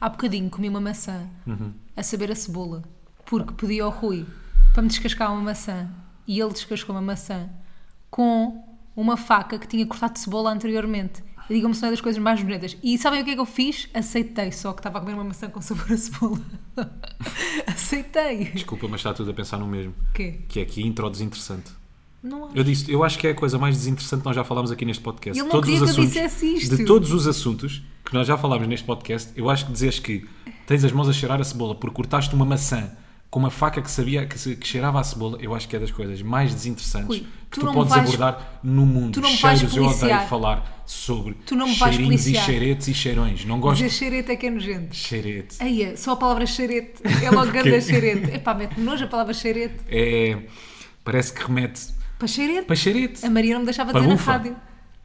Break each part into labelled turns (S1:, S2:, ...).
S1: Há bocadinho comi uma maçã,
S2: Uhum.
S1: a saber a cebola, porque pedi ao Rui para me descascar uma maçã e ele descascou uma maçã com uma faca que tinha cortado cebola anteriormente. E digam-me se não é das coisas mais bonitas. E sabem o que é que eu fiz? Aceitei, só que estava a comer uma maçã com sabor a cebola. Aceitei.
S2: Desculpa, mas está tudo a pensar no mesmo.
S1: O quê?
S2: Que é que intro desinteressante.
S1: Não há.
S2: Eu disse, eu acho que é a coisa mais desinteressante que nós já falámos aqui neste podcast.
S1: Ele não queria que eu dissesse isto.
S2: De todos os assuntos que nós já falámos neste podcast, eu acho que dizes que tens as mãos a cheirar a cebola porque cortaste uma maçã com uma faca que sabia que, se- que cheirava a cebola, eu acho que é das coisas mais desinteressantes
S1: Rui,
S2: que
S1: tu
S2: tu
S1: não me
S2: podes
S1: vais-
S2: abordar no mundo.
S1: tu não me vais
S2: Cheiros, eu odeio
S1: policiar.
S2: falar sobre
S1: Tu não me vais
S2: cheirinhos e
S1: policiar.
S2: cheiretes e cheirões. Não gosto
S1: Dizer
S2: de
S1: xerete é que é nojento.
S2: cheirete.
S1: Aí, só a palavra xerete. É logo
S2: Porquê?
S1: grande a xerete. Epá, mete-me nojo a palavra xerete.
S2: É, parece que remete
S1: Para xerete.
S2: para cheirete.
S1: A Maria não me deixava
S2: Para
S1: dizer
S2: bufa.
S1: na rádio.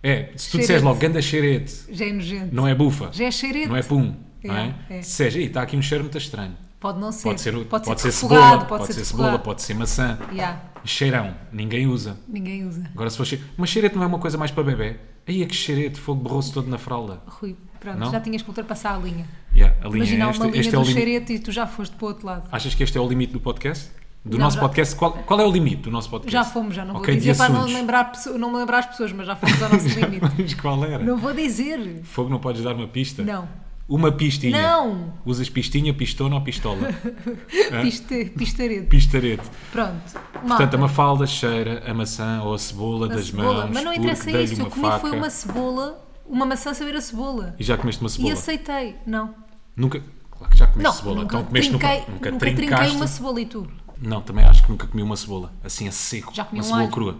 S2: É, se tu disseres
S1: Cheirete.
S2: logo ganda cheirete,
S1: Já é nojento.
S2: não é bufa.
S1: Já é xerete.
S2: Não é pum, não é?
S1: É, é.
S2: Se seja, "Ih, está aqui um cheiro muito estranho.
S1: Pode não ser.
S2: Pode ser, pode ser,
S1: refogado,
S2: cebola, pode, ser, cebola,
S1: refogado.
S2: pode ser maçã.
S1: Yeah,
S2: Cheirão, ninguém usa.
S1: ninguém usa.
S2: Agora se for cheiro... Mas cheirete não é uma coisa mais para bebê? Aí é que cheirete, fogo borrou-se todo na fralda.
S1: Rui, pronto,
S2: Não?
S1: já tinhas que ultrapassar a linha.
S2: Yeah, a linha
S1: Imagina
S2: é
S1: uma
S2: esta,
S1: linha
S2: este é
S1: do
S2: o limite.
S1: xerete e tu já foste para o outro lado.
S2: Achas que este é o limite do podcast? Do
S1: Não,
S2: nosso
S1: já-
S2: podcast, qual, qual é o limite do nosso podcast?
S1: Já fomos, já não
S2: Ok,
S1: vou dizer
S2: de
S1: para não
S2: assuntos.
S1: lembrar, pesso- não me lembrar as pessoas, mas já fomos ao nosso limite.
S2: Mas qual era?
S1: Não vou dizer.
S2: Fogo não podes dar uma pista?
S1: Não.
S2: Uma pistinha?
S1: Não.
S2: Usas pistinha, pistona ou pistola?
S1: Piste, pistarete.
S2: Pistarete.
S1: Pronto.
S2: Ah? Portanto,
S1: malta.
S2: a mafalda cheira a maçã ou a cebola
S1: A
S2: das
S1: cebola.
S2: mãos.
S1: Mas não
S2: porque
S1: interessa
S2: dei-lhe
S1: isso.
S2: uma
S1: Eu comi
S2: faca.
S1: foi uma cebola, uma maçã saber a cebola.
S2: E já comeste uma
S1: E
S2: cebola?
S1: aceitei. Não.
S2: Nunca. Claro que já comeste
S1: Não,
S2: cebola.
S1: nunca,
S2: então comeste
S1: trinquei,
S2: nunca,
S1: nunca,
S2: nunca,
S1: trinquei
S2: trincaste.
S1: uma cebola e tu?
S2: Não, também acho que nunca comi uma cebola. Assim a seco.
S1: Já comi
S2: uma
S1: um
S2: cebola
S1: alho.
S2: crua.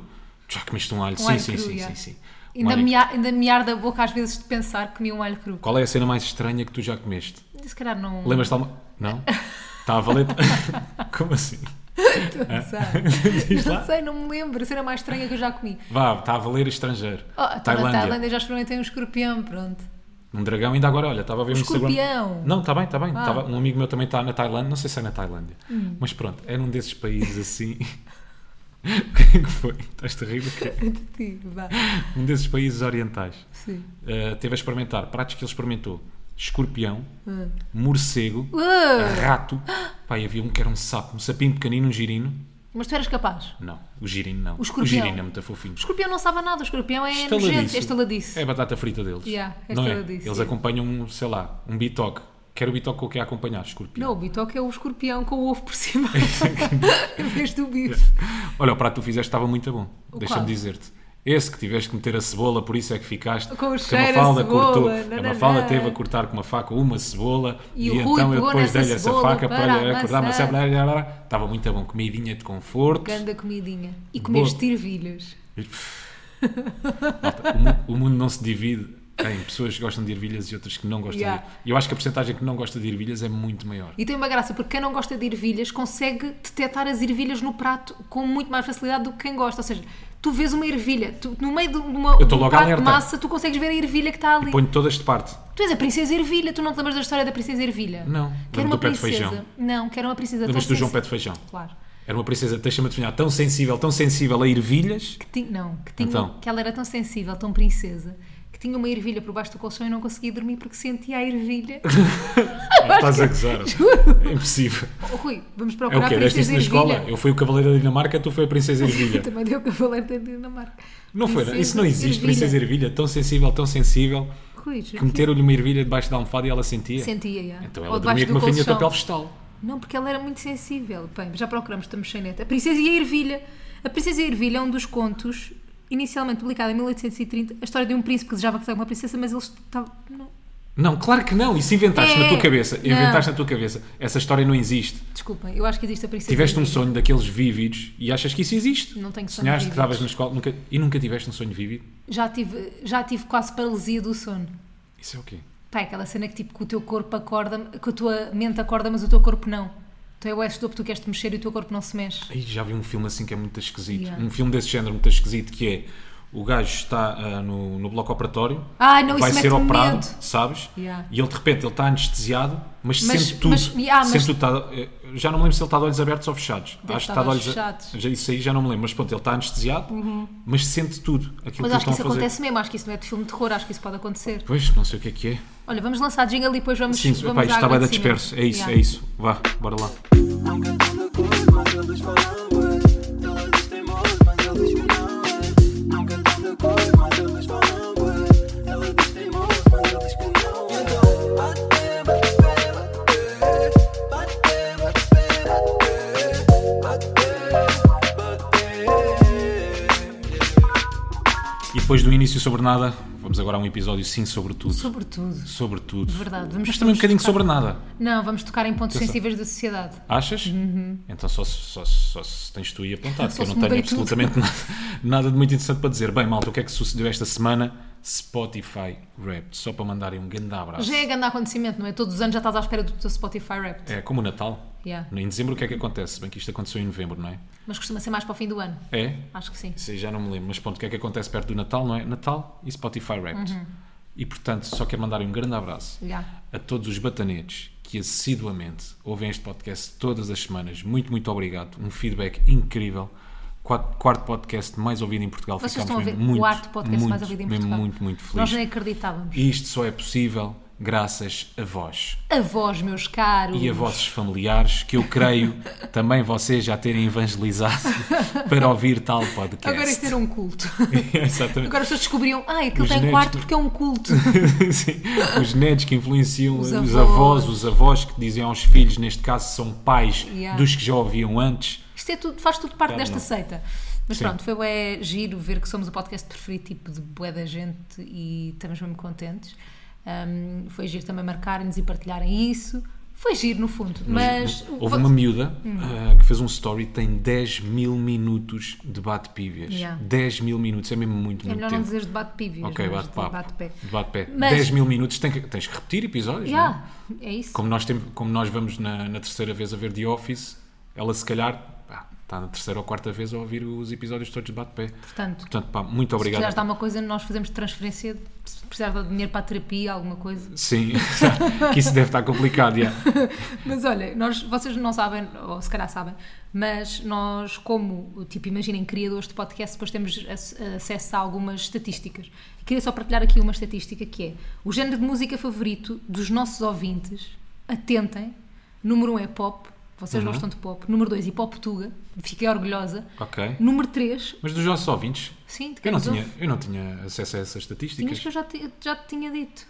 S2: Já comeste um alho. sim,
S1: alho
S2: sim,
S1: cru,
S2: sim,
S1: já.
S2: sim, sim. Um
S1: Ainda
S2: alho.
S1: me, ar- ainda me arde a boca às vezes de pensar que comi um alho cru.
S2: Qual é a cena mais estranha que tu já comeste?
S1: Se calhar não.
S2: Lembras-te de alguma. Não? Está a valer. Como assim?
S1: Não
S2: Diz
S1: sei.
S2: lá.
S1: não sei, não me lembro. A cena mais estranha que eu já comi.
S2: Vá, está a valer estrangeiro.
S1: Oh, então
S2: Tailândia.
S1: Na Tailândia já experimentei um escorpião, pronto.
S2: Um dragão, ainda agora, olha, estava a ver um
S1: escorpião.
S2: Instagram. Não, está bem, está bem.
S1: Ah. Hum.
S2: Estava- um amigo meu também está na Tailândia, não sei se é na Tailândia, mas pronto, era um desses países assim. o que é que foi? Estás-te a rir? do quê?
S1: De ti, vá.
S2: Um desses países orientais.
S1: Sim.
S2: Uh, teve a experimentar pratos que ele experimentou: escorpião,
S1: Ah.
S2: morcego,
S1: Uh,
S2: rato. Pai, havia um que era um sapo, um sapinho pequenino, um girino.
S1: mas tu eras capaz.
S2: Não, o girino não.
S1: escorpião.
S2: girino é muito fofinho.
S1: O escorpião não sabe a nada, o escorpião é
S2: Estaladiço.
S1: nojento, é estaladiço.
S2: É a batata frita deles.
S1: Yeah, é
S2: não é?
S1: estaladiço,
S2: Eles
S1: yeah.
S2: acompanham, um, sei lá, um bitoque. Quer o bitoque com o que é acompanhar? Escorpião.
S1: Não, o bitoque é o escorpião com o ovo por cima. em vez do bife.
S2: É. Olha, o prato que tu fizeste estava muito bom. Deixa-me
S1: qual?
S2: dizer-te. Esse que tiveste que meter a cebola, por isso é que ficaste.
S1: Com o
S2: que
S1: cheiro a
S2: Mafalda
S1: cebola,
S2: cortou. A
S1: nananã.
S2: Mafalda teve a cortar com uma faca uma cebola
S1: E
S2: e,
S1: o Rui
S2: então eu
S1: pegou
S2: depois
S1: nessa
S2: dei-lhe essa
S1: cebola
S2: faca
S1: para
S2: para,
S1: a
S2: acordar. Mas
S1: maçã.
S2: estava muito bom. Comidinha de conforto.
S1: Grande comidinha. E comeste ervilhas.
S2: Malta, o mu- o, mundo não se divide em pessoas que gostam de ervilhas e outras que não gostam
S1: Yeah.
S2: de E eu acho que a porcentagem que não gosta de ervilhas é muito maior.
S1: E tem uma graça, porque quem não gosta de ervilhas consegue detectar as ervilhas no prato com muito mais facilidade do que quem gosta. Ou seja, tu vês uma ervilha, tu- no meio de uma
S2: Eu
S1: de
S2: tô
S1: um
S2: logo
S1: prato
S2: alerta.
S1: de massa, tu consegues ver a ervilha que está ali.
S2: Ponho todas de parte.
S1: Tu és a princesa ervilha, tu não te lembras da história da princesa ervilha?
S2: Não.
S1: Que
S2: Lembro
S1: era
S2: do
S1: uma
S2: pé de
S1: princesa.
S2: feijão.
S1: Não, que era uma princesa
S2: Lembras-te
S1: tão
S2: do João
S1: sensi-
S2: Pé de Feijão?
S1: Claro.
S2: Era uma princesa, deixa-me adivinhar, tão sensível, tão sensível a ervilhas.
S1: Que ti- Não, que, tinha,
S2: Então.
S1: que ela era tão sensível, tão princesa, que tinha uma ervilha por baixo do colchão e não conseguia dormir porque sentia a ervilha.
S2: Ah, estás a gozar. É impossível.
S1: Oh, Rui, vamos
S2: É
S1: procurar
S2: o quê?
S1: a
S2: Deste isso
S1: princesa
S2: na
S1: ervilha.
S2: escola? Eu fui o cavaleiro da Dinamarca, tu foi a princesa ervilha.
S1: Também deu o cavaleiro da Dinamarca.
S2: Não foi, não?
S1: Princesa
S2: isso não existe.
S1: ervilha.
S2: Princesa ervilha, tão sensível, tão sensível,
S1: Rui, juro
S2: que meteram-lhe uma ervilha debaixo da almofada e ela sentia.
S1: sentia, já.
S2: Então
S1: Ou
S2: ela
S1: debaixo
S2: dormia com uma
S1: do
S2: farinha de
S1: colchão.
S2: papel vegetal.
S1: Não, porque ela era muito sensível. Bem, já procuramos, estamos sem neta. A Princesa e a Ervilha. A Princesa e a Ervilha é um dos contos, inicialmente publicado em 1830, a história de um príncipe que desejava casar com uma princesa, mas eles estavam... Não,
S2: Não, claro que não. Isso inventaste
S1: É,
S2: na tua cabeça.
S1: não.
S2: Inventaste na tua cabeça. Essa história não existe.
S1: desculpem, eu acho que existe a Princesa
S2: Tiveste um
S1: Ervilha.
S2: sonho daqueles vívidos e achas que isso existe?
S1: Não tenho sonhos
S2: Sonhaste que
S1: vívidos.
S2: estavas na escola nunca- e nunca tiveste um sonho vívido?
S1: Já tive, já tive quase paralisia do sono.
S2: Isso é o quê?
S1: Pá, é aquela cena que tipo que o teu corpo acorda, que a tua mente acorda, mas o teu corpo não. Tu é o estupro, tu queres te mexer e o teu corpo não se mexe.
S2: Ai, já vi um filme assim que é muito esquisito.
S1: Yeah.
S2: Um filme desse género muito esquisito que é o gajo está ah, no, no bloco operatório,
S1: Ai, Ah, não, isso
S2: vai ser
S1: mete-me
S2: operado,
S1: medo.
S2: sabes?
S1: Yeah.
S2: E ele de repente ele está anestesiado Mas,
S1: Mas-
S2: sempre tu,
S1: mas- ah,
S2: sempre
S1: mas-
S2: tu tá- eh, já não me lembro se ele está de olhos abertos ou fechados.
S1: Deve
S2: acho que
S1: estar
S2: está de olhos
S1: fechados. Uhum.
S2: já- Isso aí já não me lembro, mas pronto, ele está anestesiado, mas sente tudo
S1: Mas
S2: aquilo que
S1: acho que isso
S2: estão a fazer.
S1: acontece mesmo, acho que isso não é de filme de terror, acho que isso pode acontecer.
S2: Pois, não sei o que é que é.
S1: Olha, vamos lançar jingle e depois vamos.
S2: Sim,
S1: vamos
S2: epá,
S1: à
S2: isto está
S1: água
S2: bem da
S1: de cima.
S2: disperso. É isso,
S1: Yeah.
S2: é isso. Vá, bora lá.
S3: Nunca tão de cor, mas eles falam bué. Todos têm moço, mas ele diz que não é. Nunca tão de cor, mas eles falam bué. Ela diz que tem moço, mas ele diz que não é. Então, bate, bate, bate, bate. Bate, bate, bate, bate. Bate.
S2: E depois do início sobre nada, vamos agora a um episódio sim sobre tudo. Sobre,
S1: Sobretudo.
S2: tudo.
S1: Verdade, vamos
S2: Mas também um bocadinho
S1: tocar-
S2: sobre nada.
S1: Não, vamos tocar em pontos
S2: Atenção.
S1: sensíveis da sociedade.
S2: Achas? Então só, se- só, se- só se tens tu aí apontado, que
S1: Uhum. Só
S2: eu não
S1: se mudei
S2: tenho absolutamente nada, nada de muito interessante para dizer. Bem, malta, o que é que sucedeu esta semana? Spotify Wrapped. Só para mandarem um grande abraço.
S1: Já é grande acontecimento, não é? Todos os anos já estás à espera do teu Spotify Wrapped.
S2: É como o Natal.
S1: Yeah.
S2: Em dezembro o que é que acontece? Bem que isto aconteceu em novembro, não é?
S1: Mas costuma ser mais para o fim do ano.
S2: É?
S1: Acho que sim.
S2: Isso aí já não me lembro. Mas pronto, o que é que acontece perto do Natal, não é? Natal e Spotify Wrapped.
S1: Uhum.
S2: E portanto, só quero mandar um grande abraço
S1: Yeah.
S2: a todos os batanetes que assiduamente ouvem este podcast todas as semanas. Muito, muito obrigado. Um feedback incrível. Quat- Quarto podcast mais ouvido em Portugal.
S1: Vocês
S2: Ficámos
S1: estão a ouvir
S2: mesmo muito,
S1: quarto podcast mais
S2: muito,
S1: ouvido em
S2: mesmo
S1: Portugal.
S2: muito, muito
S1: Nós
S2: feliz.
S1: nem acreditávamos.
S2: E isto só é possível graças a vós
S1: A vós, meus caros.
S2: e a vossos familiares, que eu creio também vocês já terem evangelizado para ouvir tal podcast.
S1: Agora isto era um culto.
S2: Exatamente.
S1: Agora as pessoas descobriam, ah, aquele
S2: Os
S1: tem
S2: netos-
S1: quarto porque é um culto.
S2: Sim, os netos que influenciam os,
S1: avós.
S2: avós, os avós que dizem aos filhos, neste caso são pais
S1: Yeah.
S2: dos que já ouviam antes.
S1: Isto é tudo, faz tudo parte
S2: Claro,
S1: desta
S2: não.
S1: seita. Mas
S2: Sim.
S1: pronto, foi bué giro ver que somos o podcast preferido tipo de bué da gente e estamos mesmo contentes. Um, foi giro também marcarem-nos e partilharem isso. Foi giro no fundo, mas... Hum.
S2: Houve uma miúda ah, que fez um story tem 10 mil minutos de bate-pívias.
S1: Yeah.
S2: 10 mil minutos, é mesmo muito,
S1: É
S2: muito
S1: melhor não é?
S2: tempo.
S1: dizer debate pívio,
S2: ok,
S1: mas
S2: bate-papo.
S1: debate-pé.
S2: Debate-pé.
S1: Mas-
S2: 10 mil minutos, tem que- tens que repetir episódios, não é?
S1: Yeah, é isso.
S2: Como nós, temos, como nós vamos na, na terceira vez a ver The Office, ela se calhar pá, está na terceira ou quarta vez a ouvir os episódios todos de bate-pé.
S1: Portanto,
S2: Portanto, pá, muito
S1: se
S2: obrigado.
S1: precisares de alguma coisa, nós fazemos transferência. Se precisares de dinheiro para a terapia, alguma coisa.
S2: Sim, que isso deve estar complicado, já.
S1: Mas olha, nós, vocês não sabem, ou se calhar sabem, mas nós, como, tipo, imaginem, criadores de podcast, depois temos ac- acesso a algumas estatísticas. Queria só partilhar aqui uma estatística que é o género de música favorito dos nossos ouvintes, atentem, número 1 um é pop, vocês
S2: Uhum.
S1: gostam de pop, número 2 hip hop tuga, fiquei orgulhosa,
S2: Ok.
S1: número 3,
S2: Mas dos nossos ouvintes,
S1: sim, de quem
S2: eu não,
S1: nos
S2: tinha,
S1: ouve.
S2: eu não tinha acesso a essas
S1: Tinhas
S2: estatísticas.
S1: que eu já te, já te tinha dito.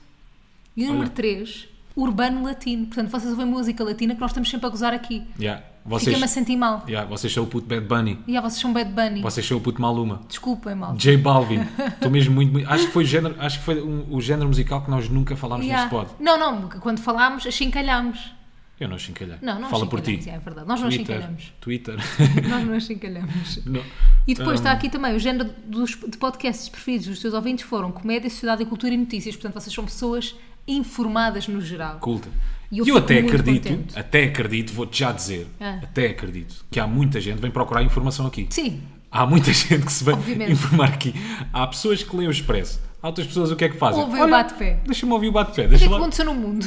S1: E o número
S2: Olha.
S1: 3, urbano latino, portanto vocês ouvem música latina que nós estamos sempre a gozar aqui.
S2: Já,
S1: Fica-me a
S2: Vocês,
S1: sentir mal.
S2: já, vocês são o puto Bad Bunny,
S1: E ah, vocês são Bad Bunny.
S2: vocês são o puto Maluma,
S1: Desculpem, mal.
S2: J Balvin. Estou mesmo muito, muito- Acho que foi, o género, acho que foi um- o género musical que nós nunca falámos
S1: Yeah.
S2: neste pod.
S1: Não, não, quando falámos, achincalhámos.
S2: Eu não chincalhei.
S1: Não, não
S2: Fala por ti.
S1: achincalhámos, É verdade. Nós não achincalhamos.
S2: Twitter.
S1: Nós não achincalhamos.
S2: Não.
S1: E depois
S2: Um,
S1: está aqui também o género dos, de podcasts preferidos dos seus ouvintes foram comédia, sociedade, cultura e notícias. Portanto, vocês são pessoas informadas no geral.
S2: culta.
S1: E
S2: E
S1: eu
S2: eu,
S1: fico
S2: até
S1: muito
S2: acredito,
S1: contente.
S2: até acredito, vou-te já dizer,
S1: Ah.
S2: até acredito que há muita gente que vem procurar informação aqui.
S1: Sim.
S2: Há muita gente que se vai
S1: Obviamente.
S2: informar aqui. Há pessoas que leem o Expresso. Há outras pessoas o que é que fazem?
S1: Ouvem o bate-pé.
S2: Deixa-me ouvir o bate-pé.
S1: O que é
S2: Deixa
S1: que
S2: lá.
S1: aconteceu no mundo?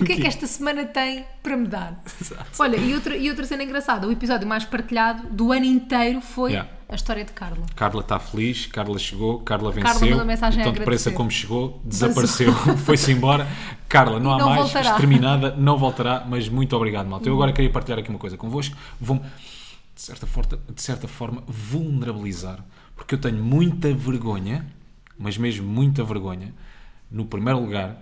S1: o que é que esta semana tem para me dar? Olha, e outra, e outra cena engraçada, o episódio mais partilhado do ano inteiro foi
S2: Yeah.
S1: a história de Carla.
S2: Carla está feliz, Carla chegou, Carla venceu.
S1: mandou mensagem a
S2: então depressa
S1: agradecer.
S2: como chegou, desapareceu, foi-se embora. Carla, não há
S1: não
S2: mais,
S1: voltará. Uhum.
S2: exterminada, não voltará, mas muito obrigado, malta. Eu agora queria partilhar aqui uma coisa convosco. Vou-me, de certa, forma, de certa forma, vulnerabilizar, porque eu tenho muita vergonha, mas mesmo muita vergonha, no primeiro lugar,